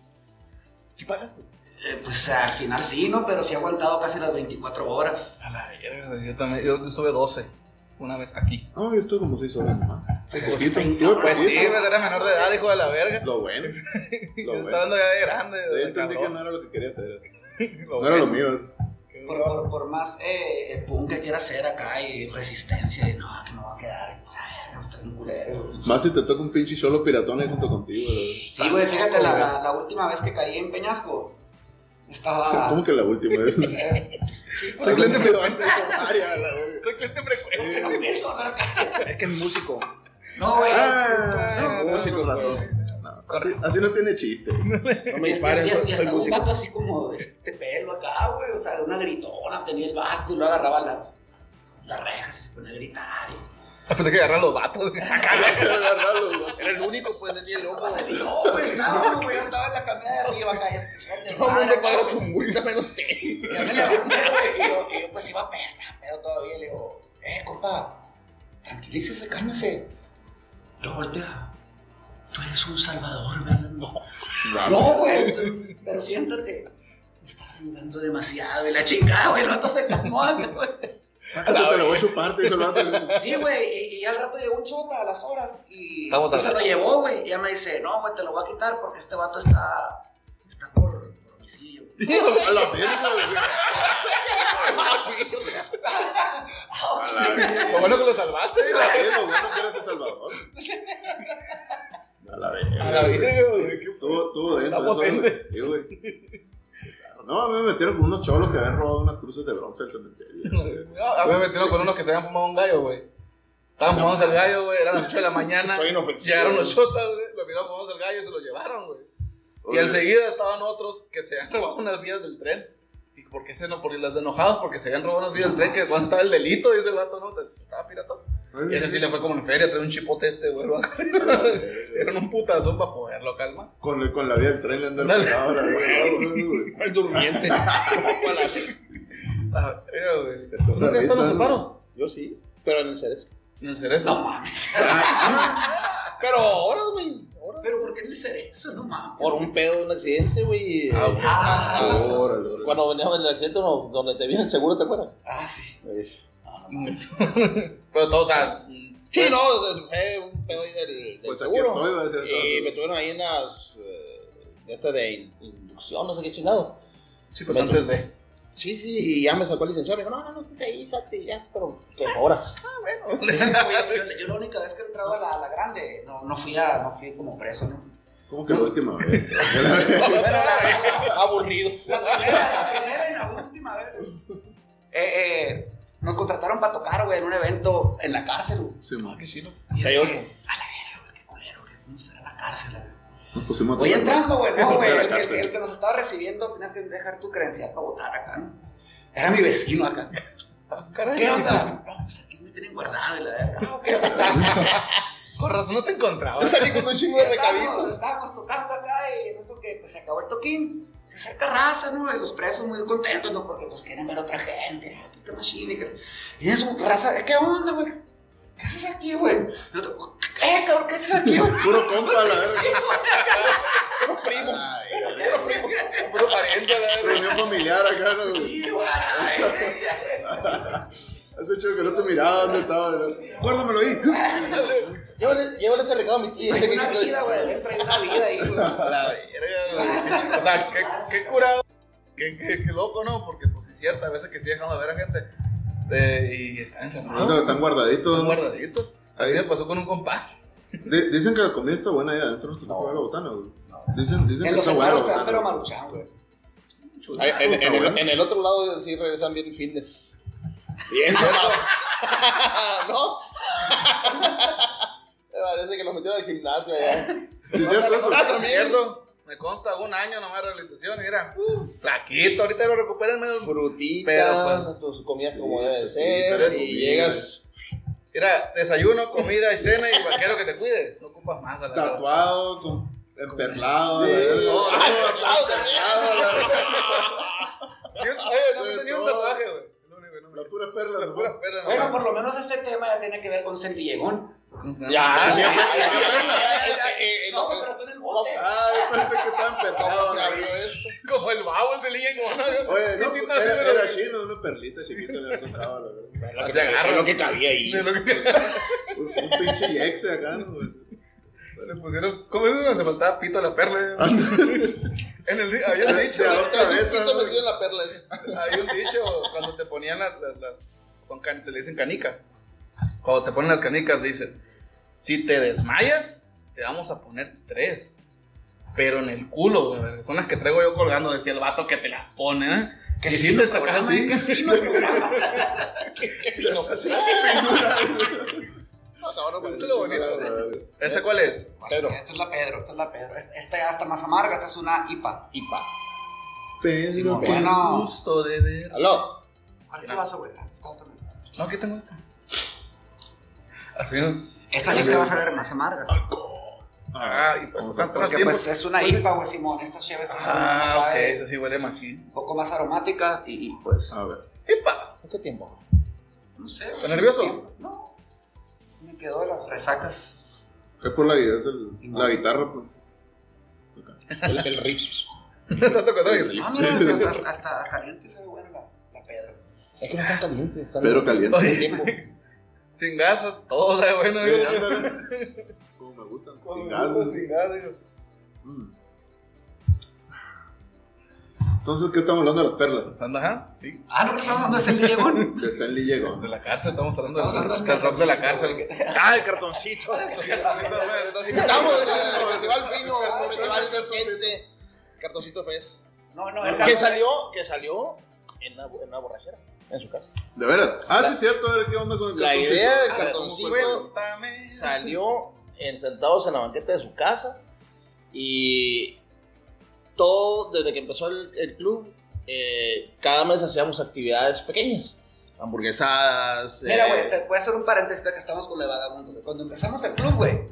A: ¿Qué pagaste?
B: eh, pues al final sí, ¿no? Pero sí he aguantado casi las 24 horas.
D: A la verga, yo también. Yo estuve 12 una vez aquí.
E: No, yo estuve como seis horas nomás.
B: Pues,
E: Poquito,
B: pues,
E: yo
D: Pues sí,
E: poquito.
D: pues era menor de edad, hijo de la verga. *laughs*
E: Lo bueno. Lo
D: Yo
E: bueno.
D: estaba hablando ya de grande.
E: Yo
D: de
E: entendí que
D: cabrón.
E: no era lo que quería hacer.
D: Lo
E: No era lo
D: bueno.
E: mío.
B: Por, por- por más eh, eh, punk que quiera hacer acá y resistencia, y no, que me va a quedar. A ver, usted es un culero.
E: Más si te toca un pinche solo piratón ahí junto contigo. la
B: Sí, güey, fíjate, la, la- la última vez que caí en Peñasco,
E: verdad.
D: Ah.
B: estaba...
E: ¿Cómo que la
D: *laughs*
E: última vez?
B: Eh, sí,
E: Soy
B: güey.
E: cliente antes de María, la verga.
D: Soy cliente frecuente.
B: Era Wilson, pero acá.
A: Es que es músico.
B: No, güey.
E: Ah,
D: no,
E: no, sí,
D: no,
E: con razón. No, así, así no
D: *laughs*
E: tiene chiste.
A: No me
B: Y hasta,
A: disparen,
B: y hasta- y
A: soy, soy
B: hasta un
A: músico.
B: vato así como de este pelo acá, güey. O sea, una gritona tenía el vato y lo agarraba las, las rejas y se ponía a gritar. Y...
D: Ah, Pensé que agarran los vatos.
E: Agarrarlo, güey.
A: Era el único, pues, tenía el
B: No
A: ojo.
D: Ah,
B: va a salir, no, pues, no, güey. Yo estaba en la me da arriba acá. ya
A: *laughs*
B: se- vete,
A: Todo el mundo
B: madre,
A: paga su multa menos él.
B: Y yo me levanté, güey, y yo, y yo, pues iba pesta, pero todavía le digo, eh, compa, tranquilícese, cálmese. Yo voltea, tú eres un salvador, ¿verdad? No, no, güey, este- pero siéntate. Me estás ayudando demasiado, y la chingada, güey, el rato se calmó, güey.
E: Sácate, te lo voy a chupar, te dijo el
D: *laughs*
E: vato.
B: Sí, güey, y, y al rato llegó un chota a las horas y,
C: Vamos
B: y
C: a
B: se lo
C: rezar.
B: llevó, güey. Y ella me dice, no, güey, te lo voy a quitar porque este vato está, está por,
C: *laughs*
B: por homicidio.
E: A la verga, güey.
D: *laughs*
E: A la verga.
D: Lo bueno que lo salvaste.
E: A la verga, lo bueno que eres
D: *laughs*
E: El Salvador. A la verga.
D: A la virgen, güey. qué-
E: Tuvo, tuvo denso
D: Está
E: eso,
D: potente.
E: güey. Sí, güey. Bizarro. No, a mí me metieron con unos cholos que habían robado unas cruces de bronce del cementerio. güey.
D: No, A mí me metieron con unos que se habían fumado un gallo, güey. Estaban fumándose el gallo, güey. Eran las 8 de la mañana.
A: Soy inofensivo.
D: Llegaron los chotas, güey. Lo miraron fumándose el gallo y se lo llevaron, güey. Y
E: Oye,
D: enseguida estaban otros que se habían *laughs* robado unas vías del tren. ¿Y por qué se no? Por las de enojados, porque se habían robado unas vías del tren. Que cuando estaba el delito, dice el vato, ¿no? Estaba piratón. Y ese sí le fue como en feria, trae un chipote este, güey. lo- *laughs* Dieron un putazo para poderlo calmar.
E: Con, el- con la vía del tren le andan
D: Dale.
E: pegado a la verga,
D: *laughs*
E: güey.
A: El durmiente. *laughs*
D: Ah, mira, güey.
E: Te estás
D: ¿Nunca están los
E: arriesgando.
D: separos?
A: Yo sí, pero en el cerezo.
D: En el cerezo.
B: No mames.
A: Pero ahora, güey. Ahora.
B: Pero ¿por qué le cerezo? No mames.
A: Por un pedo, un accidente, güey.
E: Ah, güey.
A: Ah,
E: Órale, órale.
A: Cuando veníamos en el accidente, no, donde te viene el seguro, ¿te acuerdas?
B: Ah, sí.
D: Mm. Pero todos, o sea, mm,
A: Sí, no, fue un pedo ahí del, del
E: Pues aquí
A: seguro.
E: estoy, va a ser
A: y
E: todo.
A: me tuvieron ahí en las. eh, de esta de in- inducción, no sé qué chingado.
D: sí, pues antes de.
A: Sí, sí, y ya me sacó el licenciado. Me dijo, no, no, no, quítate ahí, salte ya, pero que horas.
B: Yo, yo- yo la única vez que he entrado a la, a la grande, no, no, fui a, no fui como preso, ¿no?
E: ¿Cómo que la
D: *laughs*
E: última vez?
A: Pero era aburrido.
B: La primera, la primera y la última vez. güey. Eh, eh, nos contrataron para tocar, güey, en un evento en la cárcel, güey.
E: Sí,
D: Ah,
E: man.
D: qué chido.
B: Y
A: Hay
B: yo
A: otro.
B: dije, A la verga, güey, qué culero, güey, ¿cómo será la cárcel? güey?"
E: Nos pusimos
B: Voy
E: tocar.
B: entrando, güey, no, güey,
E: La
B: el, que-
E: cárcel.
B: el que nos estaba recibiendo tenías que dejar tu credencial para votar acá, ¿no? Era mi vecino acá.
D: Ah, caray.
B: ¿Qué onda? No, pues aquí me tienen guardado y la verga. "Ah, ¿Qué
D: Con razón no te encontraba.
A: Yo salí con un chingo de
B: estábamos,
A: recabitos.
B: estábamos tocando acá y en eso que pues, se acabó el toquín, se acerca raza, ¿no? Y los presos muy contentos, ¿no? Porque pues quieren ver a otra gente, ah, qué machine. que- Y en eso, raza, ¿qué onda, güey? ¿Qué haces aquí, güey? Y el otro, ¿Qué, cabrón? ¿Qué haces
A: *laughs*
B: aquí, güey?
E: Puro compa, la verga.
A: Puro primo.
D: Puro pariente, la verdad.
E: Reunión familiar acá, ¿no?
B: Sí, güey. ay,
E: Hace hecho que no te miraba dónde estaba. ¿no? Guárdamelo ahí.
A: Llévale, llévale este recado a mi tía.
B: Hay una vida, güey. Él trae una vida ahí, güey.
D: La verga, güey, qué chido. O sea, qué, qué curado. Qué, qué- qué loco, ¿no? Porque, pues, sí, es cierto, a veces que sí dejamos de ver a gente. eh, y están
B: Ah.
D: encerrados.
E: Están guardaditos.
D: Están
E: ¿no?
D: guardaditos. Así
E: Ahí.
D: me pasó con un compadre.
E: Di- dicen que la comida está buena ahí adentro, no está buena la botana, güey. Dicen, dicen
B: En
E: que
B: los
E: está buena la
B: separos te dan pero
E: botana.
B: maruchan, güey.
A: Ay, En, en el, en el otro lado sí regresan bien fitness. *laughs* Bien volados. ¿No? *laughs* Me parece que los metieron al gimnasio allá.
E: Sí, cierto eso.
D: *laughs* Ah, por cierto, me consta un año nomás de rehabilitación. Mira, uh, flaquito, ahorita lo recuperan menos.
A: Frutitas,
D: Pero, pues,
A: tus comidas
E: sí,
A: como debe de
E: sí, pero
A: ser. Y
E: es comida.
A: llegas.
D: Mira, desayuno, comida y cena y vaquero que te cuide. No ocupas más, a la verdad.
E: Tatuado, con emperlado.
A: Sí.
E: la
A: Ah,
E: verga. Todo
A: emperlado también.
E: emperlado, la-
D: Ni un- Oye, no me hice ni un tatuaje, güey. Lo único que no me
E: La pura perla.
D: hice. La
E: ¿no?
D: pura perla,
B: Bueno,
D: nomás.
B: por lo menos este tema ya tiene que ver con San Villegón.
A: Ya,
E: Tenía-
A: ya,
E: tenía perla.
B: No,
A: eh,
B: pero está en el bote.
E: Ay, parece que está emperlado. la verga.
D: Como el babo, se lía como no.
E: Oye, no, pues,
D: Pitito así,
E: era,
D: pero-
E: era chino, una perlita chiquita le encontraba, la verdad.
D: que- es lo que
A: cabía ahí.
D: De lo que
E: Un, un pinche yexe acá, ¿no, güey?
D: le pusieron, ¿cómo es donde faltaba pito a la perla? en el di- había un dicho,
E: Ya, otra vez, ¿no?
A: metido en la perla. ese.
D: había un dicho cuando te ponían las, las, las- son can- se le dicen canicas. Cuando te ponen las canicas dicen, si te desmayas, te vamos a poner tres. Pero en el culo, güey, verga, son las que traigo yo colgando, decía el vato que te las pone, ¿eh?
B: Qué
D: Y si
B: fino
D: te sacas
B: programa,
D: así,
B: ¿eh? Qué fino programa.
A: No, cabrón,
D: eso pues, es lo bonito.
E: La
D: güey.
E: verga.
D: ¿Esa cuál es?
A: Pedro.
B: Esta es la Pedro, esta es la Pedro. Esta esta ya está más amarga, esta es una IPA.
A: Ipa.
E: Pedro,
B: No,
E: que-
B: bueno.
D: Gusto de ver.
A: Aló.
B: ¿Cuál es tu vaso, güey? Esta otra. güey.
D: No, ¿qué tengo esta? Así no.
B: Esta sí te vas a ver más amarga.
D: Ah, y pues están
B: Porque
D: haciendo-
B: pues es una IPA, güey, Simón. Estas cheves son más
D: Ah,
B: acá
D: ok,
B: de-
D: esa sí huele machín.
B: un poco más aromáticas y, y, pues,
E: A ver.
D: ¡Epa!
A: ¿Qué tiempo?
D: *laughs*
B: no sé. güey,
D: ¿Estás nervioso?
B: tiempo. No, me quedó de las resacas.
E: Es por la, guitarra, del- la guitarra, pues.
A: El, el riff.
D: Está tocando bien.
B: Ah, mira, pues, hasta, hasta caliente sabe buena la, la pedra.
A: Es que no están calientes. Están
E: Pedro Caliente.
A: Con tiempo.
D: Sin gasas, todo sabe bueno. ¿eh?
E: Sí,
D: digo.
E: ándale. Como me gustan.
D: Con
E: sin
D: gasas,
E: gases.
D: sin gas, digo.
E: Mm. Entonces, ¿qué estamos hablando de las perlas?
D: ¿Anda, ajá? Sí.
B: Ah, no, que estamos dando es el Diego.
E: De Stanley llegó.
D: De la cárcel, estamos hablando
B: Estamos hablando
D: del
B: del
D: del rock de la
B: cartoncito,
D: cárcel.
C: Ah, el cartoncito.
A: Nos invitamos al festival fino, al festival decente. Cartoncito Fest.
B: No, no,
A: Que
B: el
A: salió, que salió en una, en una borrachera, en su casa.
E: ¿De veras? Ah, sí, es cierto. A ver, ¿qué onda con el
A: La
E: cartoncito?
A: idea del
E: Ah,
A: cartoncito
E: ¿cómo
A: salió en- sentados en la banqueta de su casa y todo, desde que empezó el, el club, eh, cada mes hacíamos actividades pequeñas. Hamburguesadas.
B: Mira,
A: eh,
B: güey, te voy a hacer un paréntesis ya que estamos con el vagabundo. güey. Cuando empezamos el club, güey,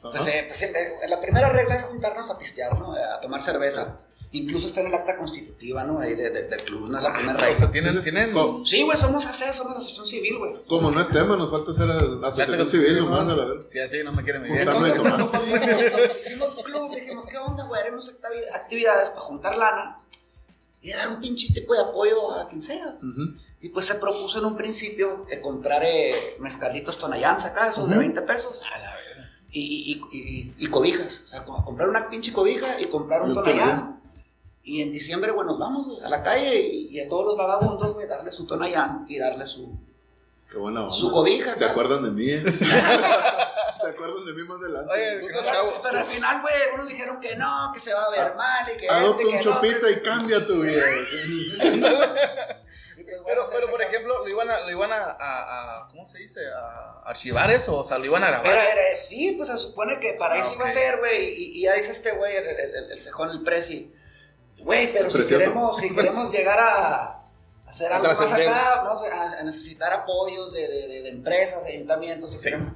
E: fue?
B: pues, eh, pues, eh, la primera regla es juntarnos a pistear, ¿no? Eh, A tomar cerveza. Incluso está en el acta constitutiva, ¿no? Ahí de- de- del club, ¿no? Es la primera
D: O sea,
B: regla.
D: tienen, tienen
E: Co-
B: Sí, güey, somos AC, somos asociación civil, güey.
E: Como no es tema, nos falta hacer a-
D: Fíjate
E: asociación
D: que-
E: civil nomás, a la ver.
D: Sí, así no me quieren vivir.
E: Juntarme
B: Entonces,
E: eso,
B: cuando
E: ¿no?
B: *laughs* volvimos, nos hicimos club, dijimos, ¿qué onda, güey? Haremos actavi- actividades para juntar lana y dar un pinche tipo de apoyo a quien sea.
E: Ujú.
B: Y pues se propuso en un principio eh, comprar eh, mezcalitos Tonayanza acá, esos de 20 pesos. Y, y- y- y- y cobijas. O sea, como comprar una pinche cobija y comprar un
E: Y un
B: Tonayán. Y en diciembre, bueno, nos vamos güey, a la calle y, y a todos los vagabundos, güey, darle su Tonayán y darle su,
E: Qué buena onda.
B: su cobija.
E: ¿Se
B: acá.
E: acuerdan de mí? eh? ¿Se acuerdan de mí más
D: Oye,
E: adelante?
D: que no se
B: Pero,
D: hago-
B: pero pues, al final, güey, unos dijeron que no, que se va a
E: Ah,
B: ver mal y que.
E: Adopta
B: este,
E: un
B: que no,
E: chopita y cambia tu vida.
B: Y pues, bueno,
D: Pero,
B: se-
D: pero
B: se
D: por
B: acabó.
D: ejemplo, lo iban a, lo iban a, a- a- ¿cómo se dice? A archivar eso, o sea, lo iban a grabar.
B: Pero era, sí, pues se supone que para
D: Ah,
B: eso iba a
D: ok.
B: ser, güey. Y, y ya dice este güey, el, el, el- el cejón, el presi. Güey, pero si
E: Precioso.
B: queremos, si queremos llegar a hacer
A: A
B: algo más
A: trascender.
B: acá, vamos a, a necesitar apoyos de, de, de, de empresas, de ayuntamientos, si queremos.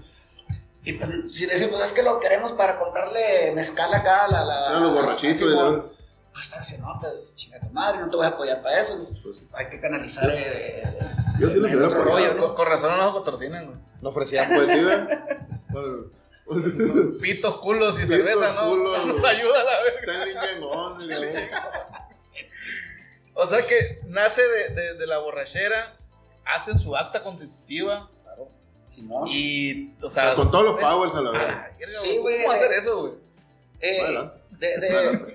B: Y pues, si le decimos, es que lo queremos para comprarle mezcal acá a la. la
E: Son los borrachitos.
B: a
E: y la-
B: Simón. Pues están diciendo, no, pues chinga tu madre, no te voy a apoyar para eso. Pues, hay que canalizar. eh,
E: Yo sí
B: el-
E: los
B: el
E: hubiera
B: otro
E: apoyado.
B: rollo,
D: Oye,
B: ¿no?
D: con, con razón no nos patrocinan, güey.
A: No *laughs* ofrecían.
E: Pues sí, ¿verdad? Bueno, pues,
D: Pitos, culos y
E: Pitos,
D: cerveza, ¿no? *laughs*
E: culos.
D: Nos ayuda a la verga.
E: Stanley llegó, y la verga.
D: O sea que nace de, de- de la borrachera, hacen su acta constitutiva
B: Simón.
D: y, o sea...
E: O sea, Con todos los
D: es-
E: powers a la verga.
D: Ah, verga,
B: Sí,
D: güey,
B: güey.
D: ¿Cómo hacer eso, güey?
B: Eh,
E: Bueno.
B: de, de,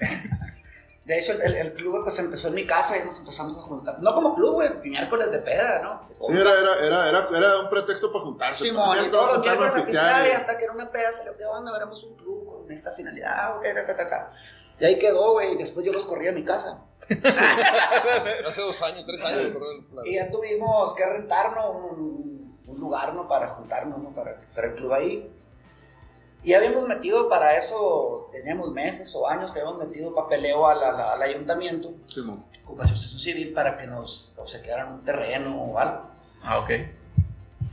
B: *laughs* de hecho, el, el club pues empezó en mi casa y nos empezamos a juntar. No como club, güey, miércoles de peda, ¿no? De
E: Sí,
B: compas.
E: Era, era, era, era, era un pretexto para juntarse.
B: Simón,
E: Tenían
B: y todos los
E: juntarnos
B: miércoles a pistear y
E: pistear.
B: hasta que era una peda, se le quedó, onda, veremos un club con esta finalidad, güey, ta, ta, ta, ta. Y ahí quedó, güey, y después yo los corrí a mi casa.
A: Hace dos años, tres años. pero la-
B: Y ya tuvimos que rentarnos un, un lugar, ¿no? Para juntarnos, ¿no? Para hacer el club ahí. Y habíamos metido para eso, teníamos meses o años que habíamos metido papeleo a la- la- al ayuntamiento.
E: eh, Simón.
B: como asociación civil para que nos obsequiaran un terreno o algo.
D: Ah, ok.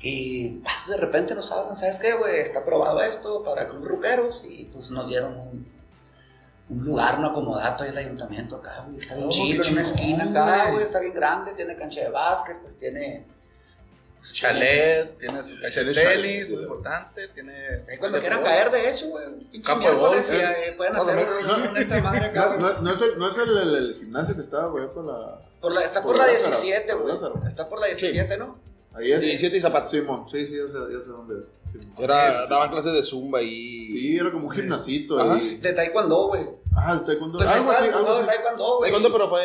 B: Y pa, de repente nos hablan, ¿sabes qué, güey? Está aprobado esto para Club Ruperos y pues nos dieron un, un lugar, no acomodado ahí el ayuntamiento acá, güey. Está bien
D: Oh,
B: chido,
D: qué
B: en una
D: chingón,
B: esquina acá,
D: güey.
B: güey. Está bien grande, tiene cancha de básquet, pues tiene... pues,
D: Chalet, tiene su cancha de
E: Tiene chalet,
D: tenis,
E: güey.
D: importante, tiene...
B: tiene- Ahí cuando
D: de
B: quieran
D: fútbol.
B: caer, de hecho, güey. un pinche
D: Campo de golf,
B: miércoles y,
E: eh.
B: eh, pueden
E: No,
B: hacer
E: no, no,
B: una- una esta madre acá,
E: No,
B: güey.
E: no, no es, el, no es el, el- el gimnasio que estaba, güey, por la.
B: Por la- está por,
E: por
B: la
E: Lázaro,
B: 17,
E: por
B: güey.
E: Lázaro.
B: Está por la 17, ¿no?
E: Ahí es.
A: 17 y zapatos.
E: Simón, sí, sí, ya sé, ya sé dónde es. Simón.
A: Era, daban clases de zumba y.
E: Sí, era como un gimnasito.
A: Ajá.
E: ahí.
B: De Taekwondo, güey.
E: Ah, el taekwondo.
B: Pues ahí
E: algo
B: está
E: así,
B: el
E: algo
B: jugador
E: así.
B: de Taekwondo,
A: Me
B: güey.
A: cuento, pero fue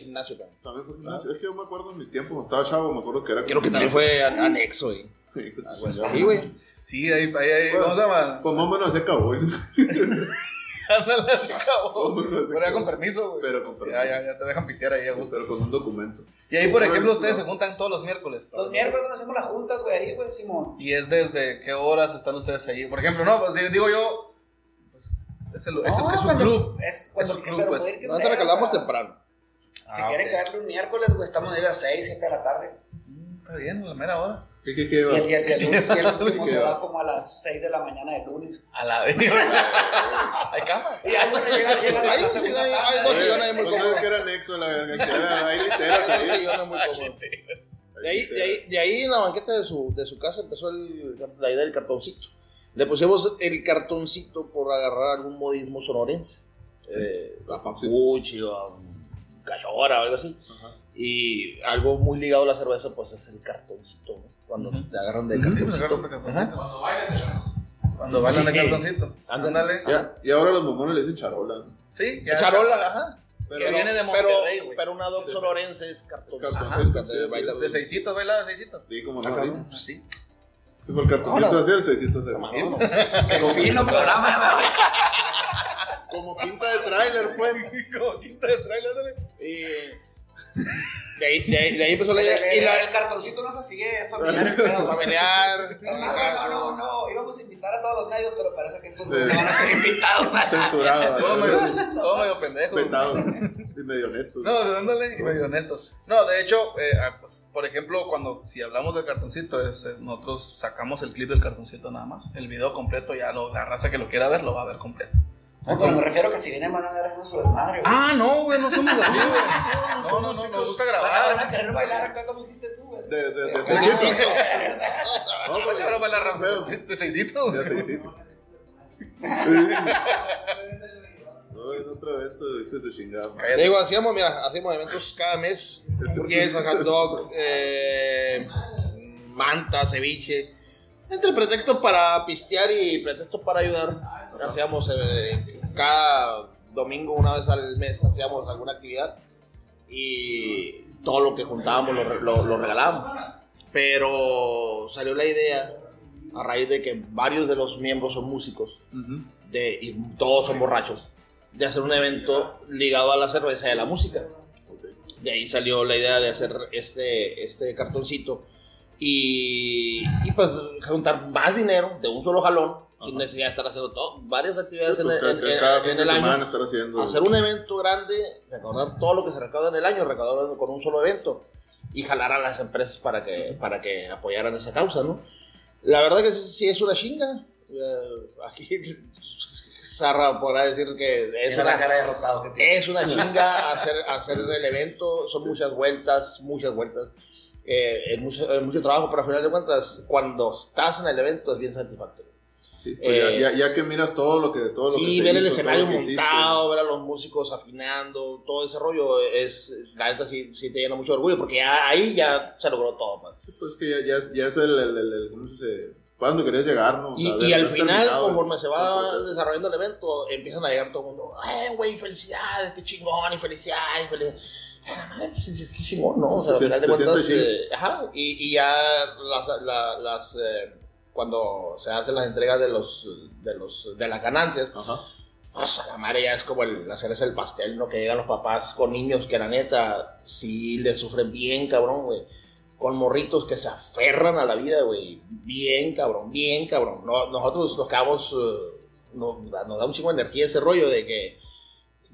A: gimnasio también.
E: También fue gimnasio. Es que yo me acuerdo en mis tiempos, cuando estaba chavo, me acuerdo que era.
A: Creo que también fue an- anexo, güey.
E: Sí,
A: Ah,
E: pues,
A: Sí, güey.
D: Sí, ahí, ahí, ahí,
E: Bueno,
D: ¿cómo se llama?
E: Pues más o menos se acabó.
D: *laughs* Ándale, se acabó.
E: Vámonos, se
D: Pero ya
E: acabó.
D: con permiso, güey.
E: Pero con
D: Ya, ya, ya te dejan pistear ahí a gusto.
E: Pero con un documento.
D: Y ahí, por
E: No,
D: ejemplo,
E: no.
D: ustedes se juntan todos los miércoles.
B: Los miércoles nos hacemos las juntas, güey, ahí, güey, Simón.
D: Y es desde qué horas están ustedes ahí. Por ejemplo, no, pues di- digo yo, pues, es, el, es, el-
B: No,
D: es un
B: cuando-
D: club.
B: Es, cuando,
D: Es un
B: que-
D: club,
B: pero
D: pues.
B: puede ir que sea,
A: Nosotros recalamos
B: o sea,
A: temprano.
B: Si
D: Ah,
B: quieren
D: ok.
B: quedarle un miércoles, güey, estamos ahí a las 6, 7 de la tarde.
D: Mm, está Está bien, a la mera hora.
E: ¿Qué, qué, qué?
B: Y
E: va?
B: el, y el- y el- y el- y el último
E: Qué
B: se va
E: va.
B: como a las 6 de la mañana del lunes.
D: A la vez. *laughs* Hay camas.
B: Y ahí llega, llega la
A: Ahí sí,
B: segunda
A: ahí-
B: tanda.
A: ahí Pues sí, yo no hay muy
E: No
A: cómodo.
E: sabía que era anexo, la verga. que era- Hay literas ahí.
A: yo no muy cómodo. De ahí, de, ahí, de ahí en la banqueta de su, de su casa empezó el- la idea del cartoncito. Le pusimos el cartoncito por agarrar algún modismo sonorense. Eh, a Papuchi o a un cachora o algo así.
E: Ajá.
A: Y algo muy ligado a la cerveza, pues es el cartoncito. ¿no? Cuando
D: Ujú.
A: te agarran del
D: Ujú,
A: cartoncito.
D: agarran del cartoncito.
A: Ajá.
C: Cuando bailan, ¿no?
D: Cuando bailan de
A: Sí.
D: cartoncito. Ándale.
E: Ya, y ahora los mamones le dicen charola.
D: Sí, ya.
A: Charola, ajá.
E: Pero-
D: Que viene de
A: pero,
D: Monterrey, güey.
A: pero una doc sonorense es cartoncito.
E: Cartoncito,
A: Ajá, cuando
E: sí,
A: se
E: sí,
A: baila.
E: sí.
D: De seisito, baila de
E: *laughs*
D: seisito.
E: Sí, como
A: Ah,
E: no.
A: cabrón.
E: sí.
D: Sí.
E: Sí, fue el cartoncito
A: Ahora.
E: así, el 600 de
A: Mamón.
B: Qué fino programa, ¿verdad?
E: Como pinta de tráiler, pues.
D: Como quinta de trailer, ándale.
A: Y de ahí, de ahí- de ahí empezó la idea. Y
B: El-
A: la,
B: el cartoncito no se sigue familiar el pedo.
A: familiar.
B: No, no, no, no, no, íbamos a invitar a todos los medios, pero parece que estos no
E: Sí.
B: van a ser invitados.
E: Censurado.
D: Todo
E: así,
D: medio, todo medio pendejo. güey.
E: Vetado. Y medio honesto.
D: No, dándole y medio honestos. No, de hecho, eh, ah, pues, por ejemplo, cuando si hablamos del cartoncito, es, eh, nosotros sacamos el clip del cartoncito nada más. El video completo, ya lo, la raza que lo quiera ver lo va a ver completo.
B: No, pero me refiero que si vienen van a dar a su desmadre, güey.
D: Ah, no, güey, no somos así, güey. *laughs* No, no, no, nos gusta
B: Van a- van a
D: grabar.
B: querer bailar acá como dijiste tú, güey.
E: De, de, de
B: Ah,
E: seisito. No,
D: Vamos
E: güey.
D: a bailar
E: Pedo.
D: rápido. De seisito,
E: De
D: güey.
A: *laughs*
E: seisito. No, en otro evento de este su chingada. madre.
A: Te
D: Cállate.
A: digo, hacíamos, mira, hacíamos eventos cada mes. Hamburguesas, hot dog, eh, manta, ceviche. Entre pretextos para pistear y pretextos para ayudar. Hacíamos eh, cada domingo, una vez al mes, hacíamos alguna actividad. Y todo lo que juntábamos lo, re- lo- lo regalábamos. Pero salió la idea a raíz de que varios de los miembros son músicos
D: Ujú.
A: de, y todos son borrachos, de hacer un evento ligado a la cerveza y a la música. De ahí salió la idea de hacer este, este cartoncito y, y pues juntar más dinero de un solo jalón, sin necesidad de estar haciendo todo, varias actividades en, el-
E: Pues, Cada-
A: en- en-
E: Cada
A: en
E: fin de
A: el
E: semana
A: año.
E: estar haciendo.
A: Hacer un evento grande, recaudar todo lo que se recauda en el año, recaudarlo con un solo evento y jalar a las empresas para que, para que apoyaran esa causa, ¿no? La verdad que sí, sí es una chinga. Eh, aquí *laughs* Sarra podrá decir que es
B: Mira la
A: una,
B: cara derrotado que tiene.
A: es una chinga hacer, hacer el evento. Son muchas vueltas, muchas vueltas. Eh, es, mucho, es mucho trabajo, pero al final de cuentas, cuando estás en el evento es bien satisfactorio.
E: Sí, pues ya-
A: eh,
E: ya, ya que miras todo lo que todo lo que
A: Sí,
E: se
A: ver el
E: hizo, todo lo
A: escenario
E: que hiciste.
A: montado, ver a los músicos afinando, todo ese rollo, es, la neta sí, sí te llena mucho de orgullo, porque ya, ahí ya se logró todo. man.
E: Pues que ya, ya, es- ya es el, el, el, el- ¿cómo se dice? ¿Cuándo querías llegar, no? O
A: Y,
E: sea,
A: y
E: ya
A: al
E: has
A: final,
E: terminado el-
A: conforme se
E: el
A: va
E: proceso.
A: desarrollando el evento, empiezan a llegar todo el mundo, ¡ay, güey, felicidades, qué chingón, y felicidades, felicidades! Ay, pues, es que chingón, ¿no? O sea, al
E: Se
A: final de
E: siente- se
A: cuentas,
E: siente
A: eh, ajá, y, y ya las, la- las, eh, cuando se hacen las entregas de los, de los, de las ganancias,
E: Ajá.
A: O sea, Pues, la madre ya es como el, la cereza del pastel, ¿no? Que llegan los papás con niños que la neta sí le sufren bien, cabrón, güey. Con morritos que se aferran a la vida, güey. Bien, cabrón, bien, cabrón. No- nosotros nos quedamos, eh, nos, da- nos da un chingo de energía ese rollo de que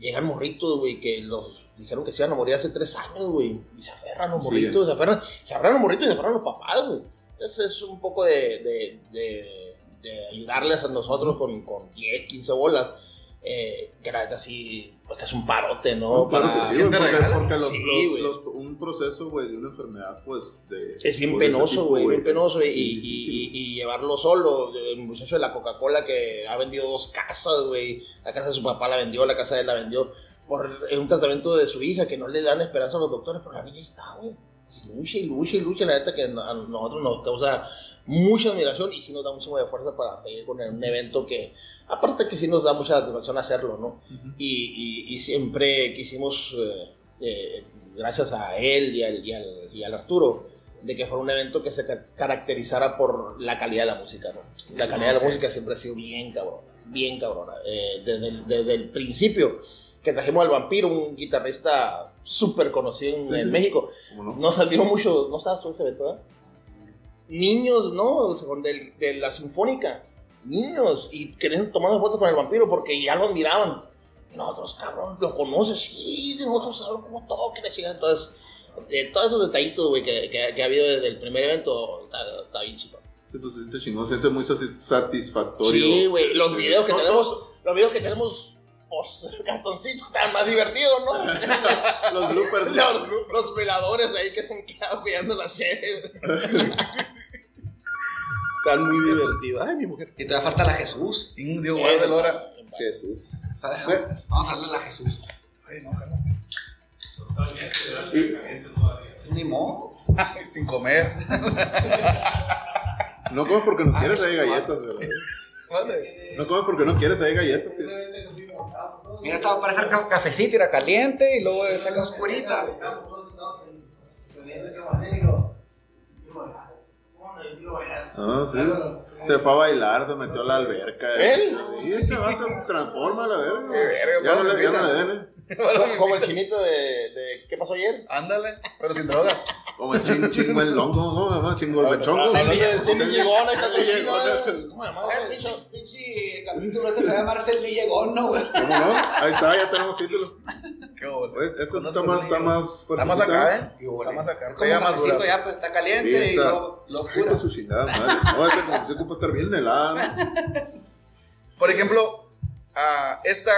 A: llegan morritos, güey, que los dijeron que se iban a morir hace tres años, güey. Y se aferran los
E: Sí.
A: morritos, se aferran, se aferran los morritos y se aferran los papás, güey. Entonces es un poco de, de, de- de ayudarles a nosotros con, con 10, 15 bolas. Eh, que la neta sí, pues es un parote, ¿no?
E: No, claro que
A: Para-
E: sí,
D: ¿Quién
E: güey,
D: te
E: porque,
D: regala?
E: porque los,
A: Sí,
E: los-
A: güey.
E: los- un proceso, güey, de una enfermedad, pues, de...
A: Es bien
E: pues, de ese
A: penoso,
E: tipo,
A: güey, bien
E: es
A: penoso. Y,
E: bien
A: y-
E: difícil.
A: y- y llevarlo solo. El muchacho de la Coca-Cola que ha vendido dos casas, güey. La casa de su papá la vendió, la casa de él la vendió. Por un tratamiento de su hija que no le dan esperanza a los doctores, pero la niña ahí está, güey. Y lucha y lucha y lucha. La neta que a nosotros nos causa mucha admiración y sí nos da mucho de fuerza para seguir con un evento que, aparte que sí nos da mucha satisfacción hacerlo, ¿no? y, y- y siempre quisimos, eh, eh, gracias a él y al, y al- y al Arturo, de que fuera un evento que se ca- caracterizara por la calidad de la música. ¿no? La calidad de la música siempre ha sido bien cabrona, bien cabrona. eh, desde, el, desde el principio que trajimos al vampiro, un guitarrista súper conocido en,
E: Sí,
A: en
E: sí.
A: México,
E: ¿Cómo no?
A: no salió mucho, no estabas tú en ese evento, ¿verdad? Niños, ¿no? O sea, con del- de la sinfónica. Niños. Y querían tomar fotos con el vampiro porque ya lo admiraban. Y Nosotros, cabrón, lo conoces. Sí, de nosotros sabemos cómo toca. y la chingada. Entonces, eh, todos esos detallitos, güey, que, que- que ha habido desde el primer evento, está, está bien chido.
E: Sí, pues se siente chingón, se siente muy sati- satisfactorio.
A: Sí, güey, los videos que
E: No,
A: tenemos, los videos que tenemos, pues, *laughs* el cartoncito tan más divertido, ¿no?
E: Los
A: *laughs*
E: bloopers.
A: los, los veladores ahí que se han quedado cuidando las series. Están muy divertidos. Ay, mi mujer.
B: Y todavía falta la Jesús.
D: Indio, guarda el hora.
E: Jesús.
B: Vamos a darle a la Jesús.
D: Ay, no, carnal.
B: Ni modo.
D: Sin comer.
E: No comes porque
A: Ah,
E: no quieres, hay galletas, ¿verdad?
D: Vale.
E: No comes porque no quieres, hay galletas. tío.
B: Mira, esta va a parecer ca- cafecito, era caliente y luego esa la oscurita.
D: *laughs*
E: Ah, sí. Se fue a bailar, se metió a la alberca. eh.
A: ¿Él?
E: Sí, este vato transforma la verga.
D: Qué verga,
E: Ya no
D: Pablo,
E: le, ya no
D: mira.
E: le den, eh.
A: Como el chinito de, de ¿Qué pasó ayer?
D: Ándale, pero sin
B: *laughs*
D: droga.
E: Como el ching, chingo el longo, ¿no? Mamá, chingo
A: Ah,
E: el chongo.
A: Se me se me llegó a
E: Llegó.
A: la
B: Pinche- Pinche capítulo este se va a llamar Celly Llegón, ¿no, güey?
E: ¿Cómo no? Ahí está, ya tenemos título.
D: Qué bola.
E: Pues, esta
D: Con
E: está
D: ese
E: más, está
D: sonido.
E: más
D: Está más
E: fuertecita.
D: acá, ¿eh?
B: Y huele.
D: Está más acá.
B: Es como
D: ya
B: un
D: más
B: cafecito,
D: dura.
B: ya pues está
E: Sí,
B: caliente y lo,
E: está.
B: lo
E: Ay,
B: oscura.
E: con su chingada madre. No, esta conversación ocupa estar bien helada, ¿no?
D: Por ejemplo, a esta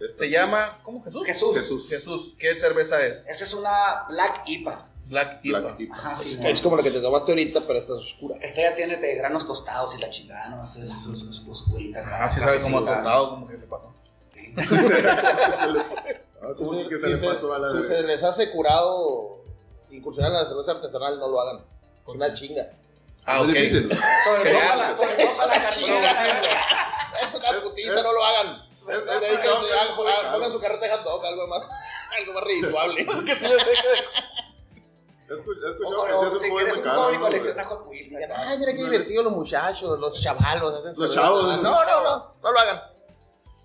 E: Esta-
D: se llama. ¿Cómo Jesús?
B: Jesús.
E: Jesús.
D: Jesús. ¿Qué cerveza es?
B: Esa es una Black IPA.
D: Black Ipa.
E: Black Ipa.
B: Ajá, sí.
A: Es como la que te tomaste ahorita, pero esta es oscura.
B: Esta ya tiene de granos tostados y la chingada, ¿no? Es, es, es- es oscurita.
D: Ah, sí sabe como
B: cafecita.
D: tostado, como que le pasó.
E: *laughs* Ah, sí,
A: Si
E: sí,
A: se-
E: que se le
A: si
E: pasó a la
A: se- si
E: verga.
A: se les hace curado incursionar en la cerveza artesanal, no lo hagan. Es una chinga.
D: Ah,
E: Muy
D: ok.
E: difícil.
B: Sobre todo
D: Sí,
B: para la, sobre todo
A: Es
B: para la
A: una
B: carnita.
A: chinga. Es una putiza, no lo hagan.
E: Es- es-
A: Dedíquense a- a- Pongan ah, su
E: es-
A: carreta de hot dog, algo más, *laughs* algo más redituable. Porque si les deja de-
E: He escuch- he
B: O-
E: escuchado
B: o-
E: que se
B: Si
E: hace un
B: quieres
E: muy
B: un
E: caro.
B: hobby,
E: ¿no,
B: colecciona Hot Wheels.
A: Digan, *laughs* Ay, mira qué divertidos los muchachos, los chavalos. hacen
E: Los
A: cerveza".
E: chavos,
A: No, no,
E: los chavos.
A: no, no lo hagan.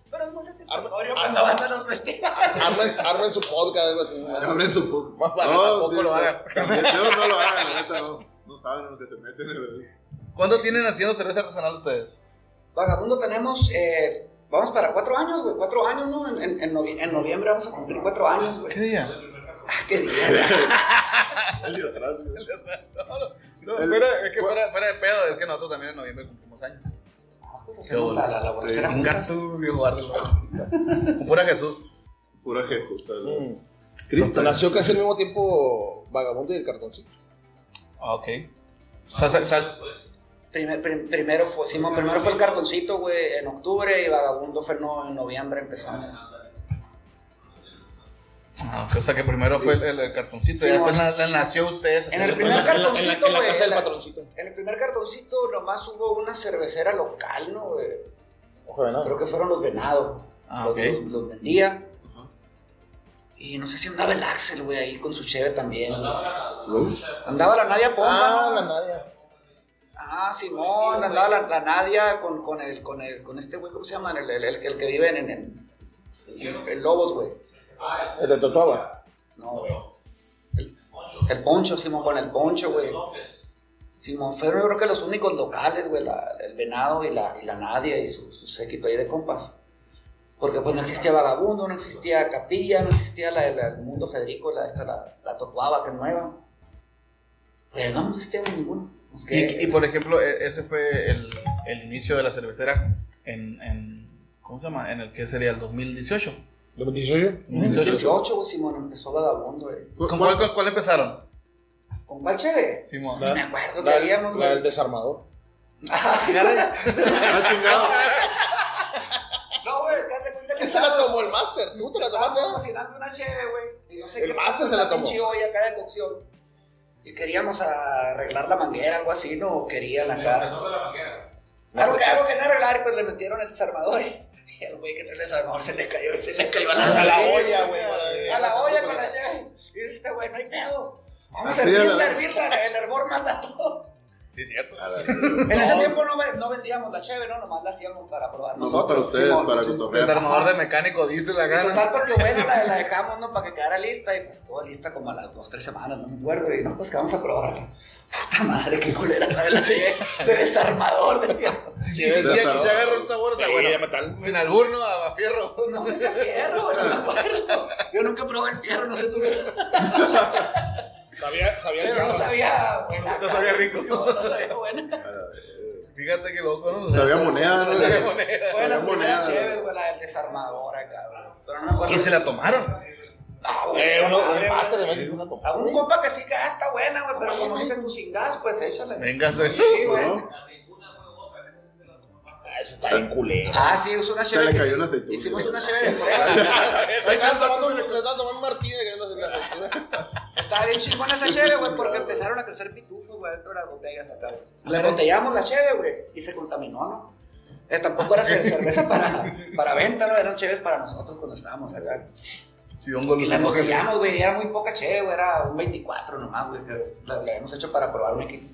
B: Pero es muy satisfactorio
A: Arma-
B: cuando vas a los festivales.
A: *laughs* Armen, armen su podcast, algo así.
E: güey? Abren su po-
A: Más barato, tampoco lo hagan.
E: también- No, no lo
A: *laughs*
E: hagan, la neta no. No saben en lo que se meten. güey.
D: ¿Cuánto tienen haciendo cerveza artesanal ustedes?
B: Vagabundo tenemos, eh, vamos para cuatro años, güey, cuatro años, ¿no? En, en- en novie- en noviembre vamos a cumplir cuatro años, güey.
D: ¿Qué día?
B: Ah, qué día.
E: El de atrás, güey.
D: No,
E: El-
D: fuera, es que fuera, fuera de pedo, es que nosotros también en noviembre cumplimos años.
B: Pues hacemos la, la, la borrachera
D: Un
B: juntas.
D: gato, Dios, guárdalo. Con Pura Jesús.
E: Pura Jesús. el-
A: Mm.
E: Cristo.
A: Nació casi al mismo tiempo Vagabundo y el cartoncito.
D: Ah, ok. Sal- sal- sal-
B: Primer- prim- primero, fue, sí, mo- primero fue el cartoncito, güey, en octubre y Vagabundo fue no, en noviembre empezamos.
D: Ah, ok, o sea que primero fue el, el- el cartoncito,
B: Sí,
D: y después
B: bueno.
D: la, la nació ustedes.
B: En
D: así
B: el
D: de-
B: primer
A: En la- en la-
B: cartoncito,
A: En la
B: güey,
A: casa del
B: la-
A: patroncito.
B: En el primer cartoncito nomás hubo una cervecera local, ¿no? güey?
A: Ojo de nada.
B: Creo que fueron los venados.
D: Ah,
B: los,
D: ok.
B: los- los vendía. Y no sé si andaba el Axel, güey, ahí con su cheve también.
E: Uf.
B: Andaba la Nadia Pomba.
A: Ah,
B: ¿no?
A: la Nadia.
B: Ah, Simón, andaba la, la Nadia con, con, el, con, el, con este güey, ¿cómo se llama? El, el, el- el que vive en, en, en- en- en Lobos, güey.
A: El de Totoba.
B: No, güey. El, el Poncho, Simón, con el Poncho, güey. Simón, fueron yo creo que los únicos locales, güey, la- el Venado y la, y la Nadia y su, su séquito ahí de compas. Porque pues no existía Vagabundo, no existía Capilla, no existía la, la- el Mundo Federico, la, esta, la, la Tocuaba, que es nueva. Pues no, no existía ninguno. Nos
D: Y,
B: que-
D: y, por ejemplo, e- ese fue el, el inicio de la cervecera en, en- ¿Cómo se llama? En el que sería el 2018.
B: En el 18, güey, Simón, empezó Vagabundo, güey.
E: ¿Cu-
D: ¿Con
E: cuál-
D: cuál, con cuál empezaron?
B: ¿Con cuál cheve?
D: Simón.
B: No me acuerdo que
A: La,
B: habíamos,
A: la del
B: güey.
A: desarmador.
B: *laughs* Ah, sí,
E: Ah, chingado.
B: No, güey, date cuenta que
A: Esa la tomó el máster. ¿Tú te la tomaste?
B: Estábamos cocinando una cheve, güey. Y no sé
A: El
B: qué
A: vaso
B: pasó,
A: se la
B: una
A: tomó.
B: pinche olla acá de cocción. Y queríamos arreglar la manguera, algo así, ¿no? O Querían acá. Algo que, algo que no arreglar, pues le metieron el desarmador. Y *laughs* al güey que trae el desarmador se le cayó, se le cayó a la,
A: A la olla, güey.
B: A la olla con la cheve. Y dice este güey, no hay pedo. Vamos a
E: Así a la-
B: hervirla, hervirla, el hervor manda todo.
D: Sí, cierto.
B: En ese tiempo no, ve- no vendíamos la cheve, ¿no? Nomás la hacíamos para probar.
E: Nomás
B: nosotros,
E: para ustedes,
B: Simón.
E: para
D: El
E: cotorrear.
D: armador de mecánico dice la
B: Y
D: gana.
B: total, porque bueno, la, la dejamos, ¿no? Para que quedara lista y pues toda lista como a las dos, tres semanas, no me acuerdo. Y no, pues que vamos a probar. Puta madre, qué culera sabe la serie de desarmador, decía.
D: Sí, sí, sí, aquí se agarra un sabor, o sea,
A: Sí,
D: bueno,
A: ya metal.
D: sin albur, ¿no? A a fierro.
B: No sé si es fierro, güey, no me acuerdo. Yo nunca probé el fierro, no sé tú qué.
A: Sabía, sabía el
B: Pero no
A: sabor.
B: sabía buena.
D: No sabía rico.
B: Sí, No sabía buena.
D: Fíjate qué loco, ¿no? O sea,
E: Sabía moneda, ¿no?
D: sabía moneda.
B: Fue la
E: Sabía moneda.
B: moneda chévere, güey, la del desarmador acá, güey. Pero no me acuerdo.
D: Y se la tomaron.
B: Ah, güey,
A: Eh, uno,
B: madre,
A: el
B: güey.
A: mate de México una toma.
B: A un copa que sí gasta buena, güey, pero como dicen tú sin gas, pues échale.
D: Venga, se-
B: Sí, güey.
E: ¿No?
A: Ah, Eso está bien culero.
B: Ah, sí, es una
E: Se
B: chévere.
E: le
B: que
E: cayó
B: sí.
E: una aceituna.
B: Hicimos una chévere de
A: *laughs*
B: prueba.
A: Le están tomando un- le están tomando un martini que no se le-
B: Estaba bien chingona esa cheve, güey, porque empezaron a crecer pitufos, güey, dentro de las botellas acá, güey. La embotellamos la cheve, güey, y se contaminó, ¿no? Eh, tampoco era cer- cerveza para, para venta, ¿no? Eran cheves para nosotros cuando estábamos acá.
D: Sí, un gol.
B: Y la embotellamos, güey, era muy poca cheve, güey, era un 24 nomás, güey, que la, la habíamos hecho para probar un equipo.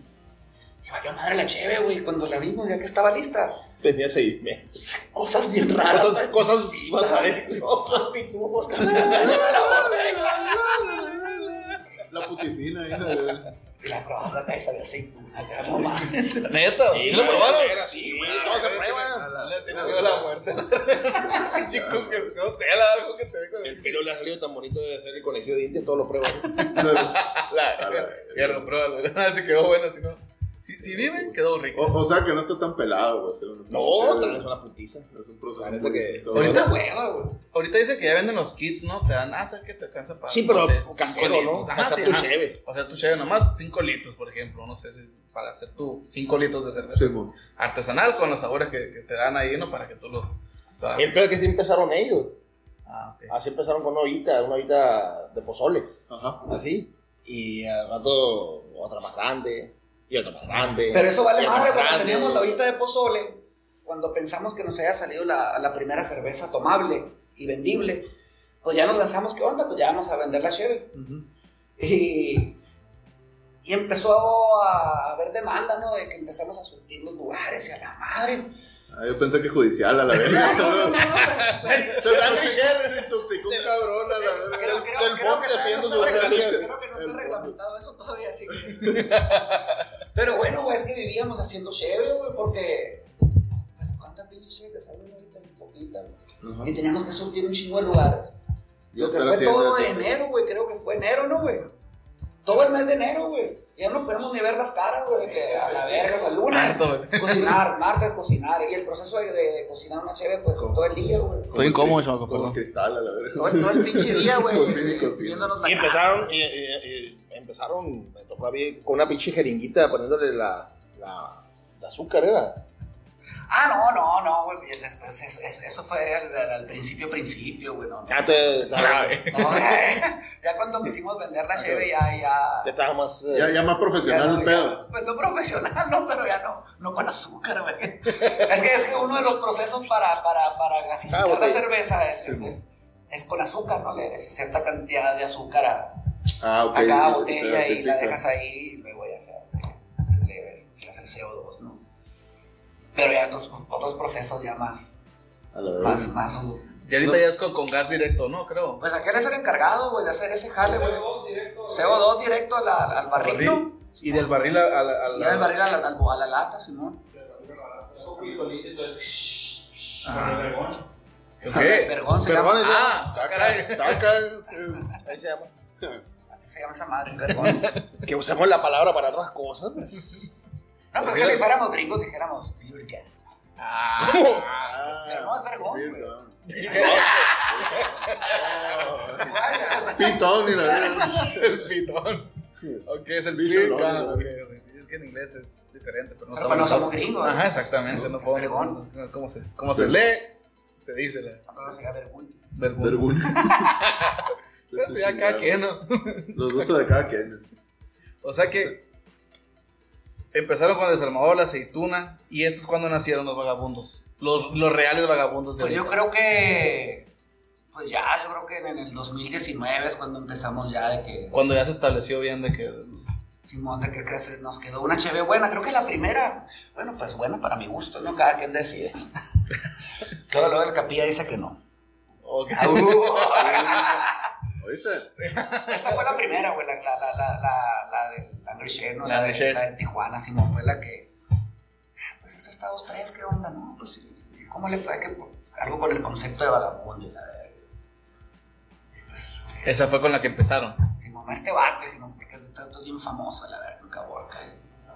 B: Y valió madre la cheve, güey, cuando la vimos ya que estaba lista.
A: Tenía seis meses.
B: Cosas bien raras,
A: Cosas,
B: güey.
A: cosas vivas, ¿sabes?
B: Los pitufos, cabrón.
E: La putifina ahí, la
B: Y la probas acá y sabía aceituna, acá, no mames.
D: Neta, sí, lo probaron.
A: Era así, güey. Todo se prueba.
D: Tiene miedo a la muerte. Chico, que no sé, la algo que te ve con
A: El pelo le ha salido tan bonito de hacer el conejillo de dientes, todo lo *laughs* prueba.
E: putifina.
D: La, Fierro, pruébalo. *laughs* A ver si quedó buena, si no. Si, si viven, quedó
E: O,
D: rico.
E: o sea que no está tan pelado, güey. hacer una-
A: No, te es una putiza.
E: Es un proceso.
A: La neta
E: muy-
A: que-
E: todo-
B: Es
D: Ahorita-
B: una hueva, güey.
D: Ahorita dicen que ya venden los kits, ¿no? Te dan, ah, ¿sabes qué? Te alcanza para.
A: Sí, pero
D: no sé, cinco
A: casero, ¿no?
D: litros. Ajá,
A: Para hacer
D: sí,
A: tu
D: ajá.
A: cheve.
D: O sea, tu cheve nomás 5 litros, por ejemplo. No sé si para hacer tu 5 litros de cerveza.
E: Simón.
D: Artesanal con los sabores que, que te dan ahí, ¿no? Para que tú lo. lo hagas.
A: El peor es que así empezaron ellos.
D: Ah, ok.
A: Así empezaron con una ollita, una ollita de pozole.
E: Ajá.
A: Así. Y al rato otra más grande. Y otra más grande.
B: Pero eso vale
A: y otra
B: madre
A: más
B: cuando
A: grande.
B: teníamos la hojita de pozole, cuando pensamos que nos haya salido la, la primera cerveza tomable y vendible, pues ya nos lanzamos, ¿qué onda? Pues ya vamos a vender la cheve.
E: Ujú.
D: Ah,
B: Y, y empezó a haber demanda, ¿no? De que empezamos a surtir los lugares y a la madre.
E: Ah, yo pensé que judicial, a la verga. *laughs* Se se intoxicó un cabrón, a la verga.
B: Creo, creo-
A: Del
B: creo
A: fondo
B: que está-
A: defiendo
B: no
A: su
B: está
A: botanía.
B: regla- creo que no está
E: El
B: reglamentado eso todavía, así que... Pero bueno, güey, es que vivíamos haciendo cheve, güey, porque... Pues cuántas pinches cheve te salen ahorita, poquita, güey.
E: Ajá.
B: Y teníamos que surtir un chingo de lugares.
E: Yo
B: Lo que
E: estar
B: fue
E: haciendo
B: todo
E: eso.
B: de enero, güey, creo que fue enero, ¿no, güey? Todo el mes de enero, güey. Ya no podemos ni ver las caras, güey, de que a la verga, o al
D: Ah,
B: lunes.
D: esto-
B: Cocinar, martes, cocinar. Y el proceso de, de cocinar una cheve, pues, es todo el día, güey.
D: Estoy incómodo, chamaco,
E: Como
D: perdón.
E: cristal, a la
B: Todo,
E: verga.
B: todo el pinche
E: *laughs*
B: día, güey.
E: Cocina y cocina.
B: Viéndonos la
A: Y
B: cara.
A: empezaron, y, y- y empezaron, me tocó a mí con una pinche jeringuita poniéndole la, la, la azúcar, ¿era?
B: Ah, no, no, no, güey. bien, Después, es- es- eso fue al, al- al principio, principio, güey. No, no,
A: Ya te,
D: Grave.
B: No, *laughs* ya, ya cuando quisimos vender la cheve, ya, ya.
A: ya estaba más... eh,
E: Ah, Ya, ya más
B: ya
E: profesional
B: no,
E: el
B: ya-
E: pedo.
B: pues no profesional, no, pero ya no, no con azúcar, güey. Es que es que uno de los procesos para, para, para gasificar
A: Ah,
B: la
A: botella.
B: cerveza es, es,
E: Sí,
B: es- es con azúcar, ¿no? Le echas cierta cantidad de azúcar a,
E: Ah, ok.
B: a cada
E: Sí,
B: botella
E: sí,
B: y la
E: sí,
B: dejas ahí y luego ya se hace, se le, se le hace el CO2, ¿no? Pero ya otros, otros procesos ya más,
E: A la verga.
B: Más, más. güey.
D: Y ahorita ya es con, con gas directo, ¿no? Creo.
B: Pues aquel es el encargado, güey, de hacer ese jale, güey. CO2 directo. a la- al barril, ¿no?
D: Y del barril a, a la- a
B: Y
D: la-
B: al barril a la, a la lata, Simón.
D: ¿Qué?
B: Vergón se
A: Vergón
B: llama.
D: Ah, ah, caray.
E: Saca. eh,
A: ahí se llama.
B: Así se llama esa madre, vergón.
A: Que usemos la palabra para otras cosas. pues.
B: No, porque si fuéramos gringos dijéramos virga.
D: Ah,
B: Pero no es vergón,
E: *laughs*
B: güey.
E: verga.
B: Vaya.
E: Pitón, y la verga.
D: el pitón. Ok, es el
E: Vision
D: pitón.
E: Lord,
D: Es que en inglés es diferente, pero no,
B: Pero pues no somos gringos.
D: Ajá, exactamente. No
B: Es
D: podemos.
B: vergón.
D: no, ¿Cómo se, cómo se lee? Se dice la
B: Entonces sería vergún.
D: vergüenza.
E: *laughs* Vergüenza.
D: Pero Ya cada quien, ¿no?
E: Los gustos de cada quien.
D: O sea que empezaron con desarmador, la aceituna. Y esto es cuando nacieron los vagabundos. Los, los reales vagabundos de
B: Pues yo
D: ahorita.
B: creo que. Pues ya, yo creo que en el 2019 es cuando empezamos ya de que.
D: Cuando ya se estableció bien de que.
B: Simón, de que, que se nos quedó una cheve buena, creo que la primera, bueno, pues buena para mi gusto, ¿no? Cada quien *laughs* decide. Todo lo del capilla dice que no. *laughs*
D: ok.
E: ¿Oíste?
B: Esta fue la primera, güey, la, la, la, la, la, la del Cliché, ¿no?
D: La
B: La, de-
D: Cliché.
B: la de Tijuana, Simón, fue la que. "Ah, Pues es Estados 3, ¿qué onda? No, pues ¿y ¿cómo le fue? Que, algo con el concepto de vagabundo. y la verga. Y pues,
D: Esa fue con la que empezaron.
B: Simón, este vato, dijimos, porque es tanto bien famoso, la verga, nunca volca.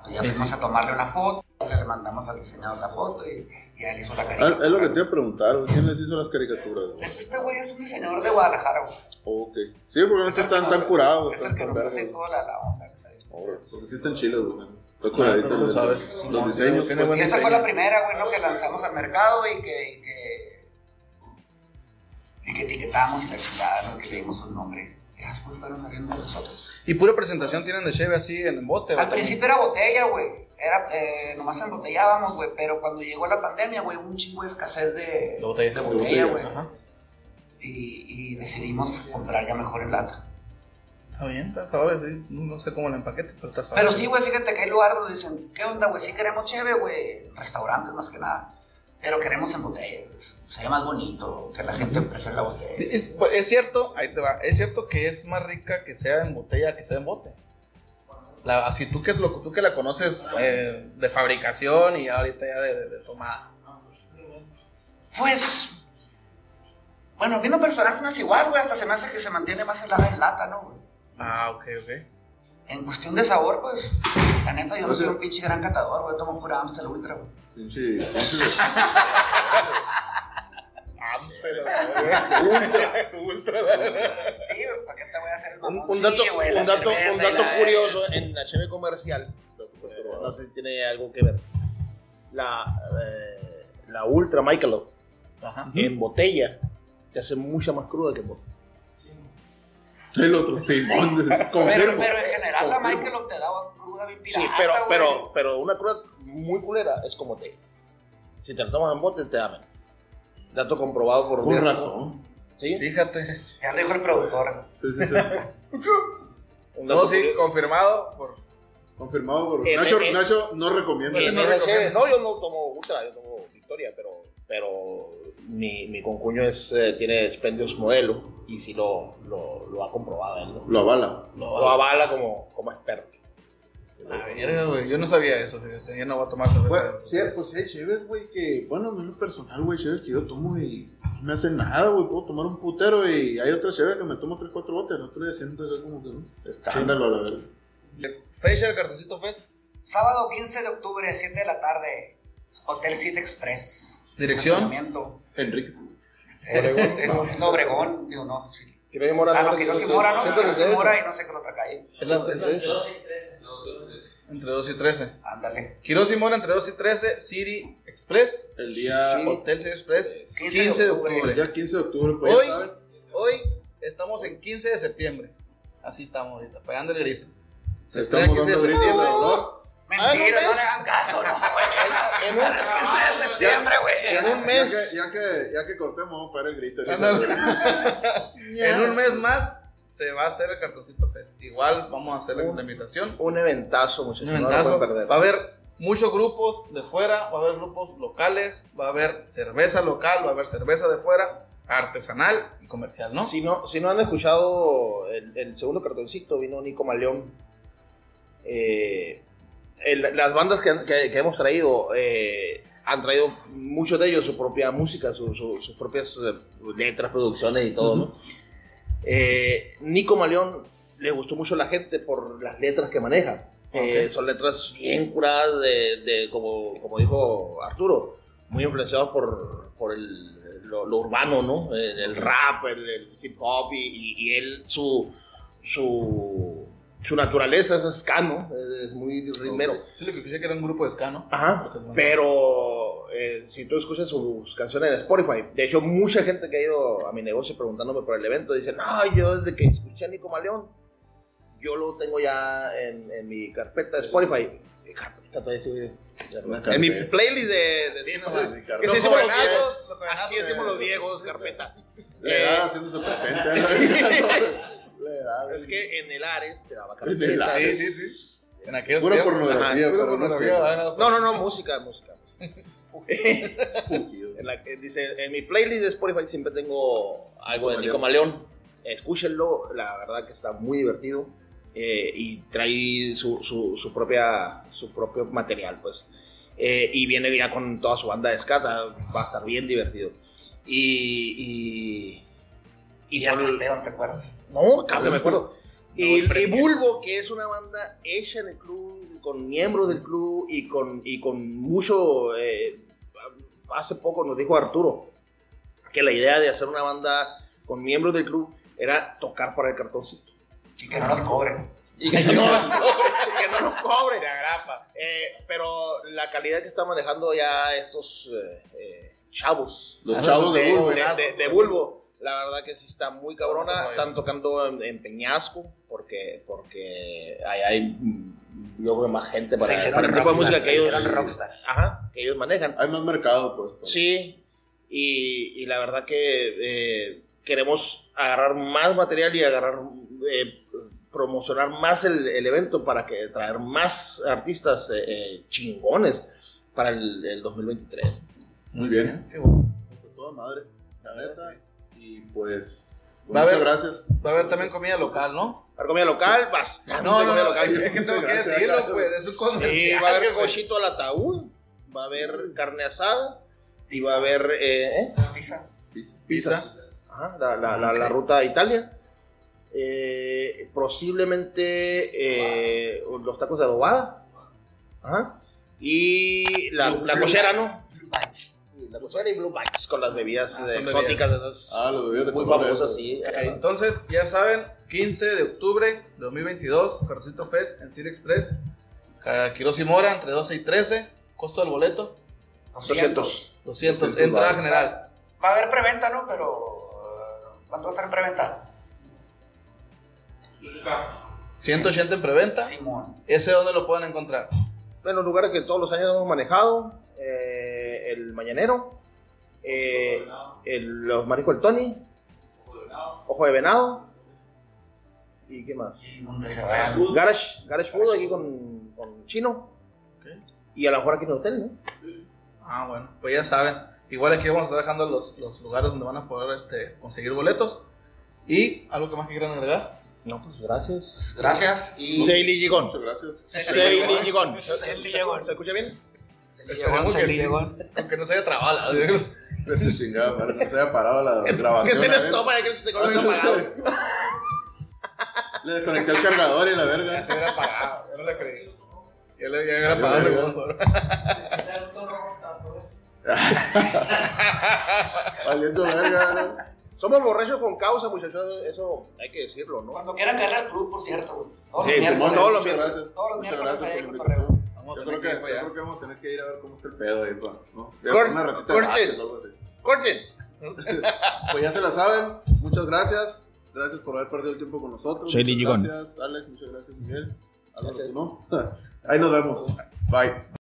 B: Y ya
D: Sí,
B: fuimos
D: sí.
B: a tomarle una foto, le mandamos al diseñador la foto y, y él hizo la
E: Ah,
B: caricatura.
E: Es lo que te iba a preguntar, güey. ¿Quién les hizo las caricaturas? güey?
B: Es Este güey es un diseñador de Guadalajara, güey.
E: Ok. Sí, porque no
B: Es el
E: están
B: que
E: tan
B: nos-
E: curados, güey,
B: Es el
E: están
B: que
E: tan
B: nos hace
E: vergas.
B: toda la, la onda. o sea.
E: Ahora, Porque sí están chiles, güey. Está
D: Ah,
E: curadito.
D: eso
E: güey.
D: sabes.
E: Los
D: Simón,
E: diseños.
D: tiene
E: pues.
D: buen
B: Y esa fue
D: diseño.
B: la primera, güey, ¿no? Que lanzamos al mercado y que, y que, y que etiquetamos y la chingada, ¿no? Que le dimos un nombre. Y ya después fueron saliendo de nosotros.
D: Y pura presentación tienen de Cheve así en el bote, güey.
B: Al principio era botella, güey. Era, eh, nomás embotellábamos, güey. Pero cuando llegó la pandemia, güey, hubo un chingo de escasez de,
D: De botella.
B: de
D: De
B: botella,
E: botella,
B: güey.
D: Ajá.
B: Y, y decidimos comprar ya mejor en lata.
D: Está bien, está suave, sí. No no sé cómo la empaquete, pero está suave.
B: Pero sí, güey, fíjate que hay lugares donde dicen, ¿qué onda, güey? Sí queremos cheve, güey. Restaurantes más que nada. Pero queremos en botella. güey. Se ve más bonito, que la gente prefiere la botella.
D: Es, pues, es cierto, ahí te va, es cierto que es más rica que sea en botella que sea en bote. La, así tú que, lo, tú que la conoces eh, de fabricación y ahorita ya de, de- de tomada.
B: Pues, bueno, a mí no personal no es igual, güey. Hasta se me hace que se mantiene más helada en lata, ¿no, güey?
D: Ah, ok, ok.
B: En cuestión de sabor, pues, la neta, yo no
E: Pues,
B: soy
E: eh.
B: un pinche gran catador, güey. Tomo pura Amstel Ultra, güey.
E: Pinche. pinche- *laughs*
B: Sí, güey, ¿para qué te voy a hacer el
A: Un,
B: mamón?
A: un dato,
B: Sí, güey, la
A: un dato,
B: cerveza
A: un
B: y
A: dato
B: la-
A: curioso en la cheve comercial, eh, no sé si tiene algo que ver. La, eh, la Ultra Michelob
D: Ajá.
A: en botella te hace mucha más cruda que en botella.
E: El otro, Simón. *laughs*
B: Pero,
E: Confirmo.
B: pero en general la
E: Confirmo.
B: Michael te daba cruda bien pirata,
A: Sí, pero,
B: güey.
A: pero, pero una cruda muy culera es como té. Si te la tomas en bote, te da menos. Dato comprobado por
E: Con
A: Riesgo.
E: razón.
A: ¿Sí?
D: Fíjate.
B: Ya lo dijo el productor.
E: Sí, sí, sí.
A: Un dato
D: No, sí,
A: curioso.
D: confirmado por
E: Confirmado por.
A: Eh,
E: Nacho,
A: eh, eh.
E: Nacho no recomienda.
A: Y
D: Pues,
A: mi
D: no
A: jefe,
D: recomiendo.
A: eh, no, yo no tomo ultra, yo tomo victoria, pero, pero mi, mi concuño es, eh, tiene expendios modelo y sí lo, lo, lo ha comprobado él, ¿no?
E: Lo avala.
A: lo, avala como, como experto.
D: La verga, güey. Yo no sabía eso, fíjate. Yo no voy a tomar cerveza.
E: Bueno, sí, pues sí, hay chéves, güey, que, bueno, a mí en lo personal, güey, chéves que yo tomo y no me hacen nada, güey, puedo tomar un putero y hay otra chévere que me tomo 3, 4 botes, el otro día siento acá como que, ¿no? Escándalo, a la verdad.
D: Fecha del cartoncito Fest.
B: Sábado 15 de octubre, 7 de la tarde, Hotel City Express.
D: Dirección.
B: Estacionamiento.
E: Enríquez.
B: Es, es en Obregón, digo, no. sí.
A: Quiroz y Mora,
B: Ah, no, que no se mora, ¿no? Que no se
A: 168.
B: mora y no sé qué otra calle.
D: Es la, es la- entre 2 y 13.
A: Ah,
B: Ándale.
D: Quiroz y Mora entre 2 y 13. City Express.
E: El día,
D: Hotel City Express.
B: 15 de
D: 15 de
B: octubre.
E: el
D: octubre.
E: día 15 de octubre, pues,
D: Hoy,
E: ya saben.
D: hoy estamos en 15 de septiembre. Así estamos ahorita, pegando el grito. Se estrena
E: Estamos
D: 15 de
E: dando ahorita el
D: septiembre.
E: valor.
B: Mentira,
A: Ah, no,
B: no le hagan caso, no, güey.
A: En un- *laughs*
B: *laughs* Es que sea de septiembre, güey.
A: En un
E: Ya
A: mes.
E: que, ya que, ya que cortemos, vamos a parar el grito.
D: Ah, *laughs* En un mes más se va a hacer el cartoncito fest. Igual vamos a hacer la, la invitación.
A: Un eventazo, muchachos. No
D: Un eventazo.
A: lo pueden perder.
D: va a haber muchos grupos de fuera, va a haber grupos locales, va a haber cerveza local, va a haber cerveza de fuera, artesanal y comercial, ¿no?
A: Si no, si no han escuchado el, el segundo cartoncito, vino Nico Maleón. Eh, el- las bandas que, han- que- que hemos traído eh, han traído muchos de ellos su propia música, su- su- sus propias eh, letras, producciones y todo, ¿no? Eh, Nico Maleón le gustó mucho a la gente por las letras que maneja. Eh, son letras bien curadas, de, de- como, como dijo Arturo, muy influenciados por, por el, lo, lo urbano, ¿no? El, el rap, el, el hip hop y, y- y él, su, su, su naturaleza es escano, es, es muy ritmero.
D: Sí, lo que escuché que era un grupo de ska, ¿no?
A: Ajá, pero eh, si tú escuchas sus canciones en Spotify, de hecho mucha gente que ha ido a mi negocio preguntándome por el evento dice, no, yo desde que escuché a Nico Maleón, yo lo tengo ya en, en mi carpeta de Spotify. Mi carpeta todavía sigue- En mi playlist de... de Spotify. Que sí hicimos los eh. viejos, así hicimos los viejos, carpeta.
E: Le da
A: Eh,
E: haciéndose presente.
D: *laughs*
E: Le da.
A: es que en el Ares te daba
E: En el
A: carpeta.
E: Ares.
D: Sí, sí, sí. En aquellos
E: Pura
D: tiempos,
E: pornografía,
D: ajá, pura
E: pero no es
D: pornografía,
E: que-
D: ¿verdad?
A: No, no, no, música, música.
E: *laughs* Pujido.
A: En la que dice, en mi playlist de Spotify siempre tengo algo de
E: Nico
A: Nico Maleón. Escúchenlo, la verdad que está muy divertido. eh, y trae su, su, su propia, su propio material, pues. Eh, y viene ya con toda su banda de escata, va a estar bien divertido. Y. Y,
B: Y ya
A: con-
B: estás pedo, ¿te acuerdas?
A: No, cabrón, me acuerdo. Y,
D: No, el
A: y Bulbo, que es una banda hecha en el club, con miembros del club y con, y con mucho. eh, hace poco nos dijo Arturo que la idea de hacer una banda con miembros del club era tocar para el cartoncito.
B: Y que no nos cobren.
A: Y que no nos cobren, que no nos cobren, agrapa. Eh, pero la calidad que están manejando ya estos eh, eh, chavos. Ah,
E: Los chavos de Bulbo.
A: De, de- de Bulbo. La verdad que sí está muy cabrona. Están tocando en, en Peñasco porque, porque ahí hay, mm, yo creo, más gente para,
B: se hicieron
A: para el tipo de música
B: rockstars.
A: que
B: Se
A: ellos,
B: hicieron rockstars.
A: ajá, que ellos manejan.
E: Hay más mercado, pues. pues.
A: Sí, y, y la verdad que eh, queremos agarrar más material y agarrar, eh, promocionar más el, el evento para que traer más artistas eh, eh, chingones para el, el 2023.
E: Muy bien.
D: Qué bueno.
E: Pues, toda madre. La
D: La
E: neta.
D: verdad,
E: Y pues.
D: Va a
E: muchas
D: haber-
E: gracias.
D: Va a haber también comida local, ¿no?
A: Para comida local, bastante
D: No, no,
A: Ah, comida
D: no,
A: local.
D: es es que tengo que
E: Gracias,
D: decirlo,
E: claro.
D: pues, es
A: eh,
D: un
A: Sí,
D: comercial,
A: va a haber pues.
D: güey.
A: cochito al ataúd, va a haber carne asada y va a haber eh, ¿eh?
B: Pizza.
E: Pizza.
A: Ajá, la, la- la- la ruta a Italia. Eh, posiblemente eh, los tacos de adobada. Ajá. Y la,
B: Blue-
A: la
B: Blue
A: cochera,
B: Bites.
A: ¿no?
B: Blue Bites.
A: La cochera y Blue Bites con las bebidas
D: Ah,
A: eh,
D: son
A: exóticas, esas
E: Ah, los bebidos de
A: muy
E: colores,
A: famosas,
E: eh.
A: sí. eh,
D: Entonces, ya saben, 15 de octubre de 2022, Cartoncito Fest en Cine Express, Quiroz y Mora, entre 12 y 13, costo del boleto,
B: 200.
D: 200,
E: 200
D: entrada
E: baros.
D: general.
B: Va a haber preventa, ¿no? Pero. eh, ¿Cuánto va a estar en preventa?
D: 180 en preventa.
B: Simón.
D: ¿Ese dónde lo pueden encontrar?
A: Bueno, lugares que todos los años hemos manejado, eh, el Mañanero, eh, el- los Mariscos del Tony, Ojo de Venado, y qué más.
B: Y donde se vayan.
A: Garage, Garage Food aquí con, con Chino. Y a lo mejor aquí en el hotel, ¿no?
D: Ah, bueno, pues ya saben. Igual aquí vamos a estar dejando los, los lugares donde van a poder este, conseguir boletos. Y algo que más que quieran agregar.
A: No, pues gracias.
B: Gracias. Y.
A: Seili Gigón.
E: Muchas gracias.
A: Seili Gigón.
B: Seili Gigón.
A: ¿Se escucha bien?
B: Se llegó,
D: Esperemos
B: se
D: que sí,
B: llegó.
D: Aunque no se haya trabado. ¿sí? *laughs*
E: Gracias, chingada, para que no se haya parado la
A: Que
E: grabación.
A: tienes
E: eh.
A: toma de que *laughs* te conozco apagado.
E: Le desconecté el cargador y la verga.
D: Se hubiera pagado, yo no le creí. Yo le yo hubiera pagado
E: Ya, ya,
D: según
E: ya.
D: nosotros.
E: Valiendo verga.
A: Somos borrachos con causa, muchachos. Eso hay que decirlo, ¿no?
B: Cuando quieran caer al club, por cierto. güey. Todos
A: Sí,
B: los miércoles.
E: Simón,
A: todos los
E: muchas
A: miércoles.
E: gracias.
B: Todos los
E: Muchas
B: miércoles
E: gracias por
B: ahí
E: la
B: con Torreón.
E: invitación.
D: Vamos a
E: Yo
D: tener
E: creo,
D: que
E: que,
D: ir para
E: yo
D: allá.
E: creo que vamos a tener que ir a ver cómo está el pedo ahí, pa, ¿no? Ya
A: Cor-
E: una ratita de
A: corte.
E: básquet o algo así.
A: Corten.
E: Pues ya se la saben. Muchas gracias. Gracias por haber perdido el tiempo con nosotros.
A: Soy
E: Muchas
A: Ligigón.
E: *laughs* Gracias, Alex. Muchas gracias, Miguel. Álvaro, ¿tú no? Ahí nos vemos. Bye.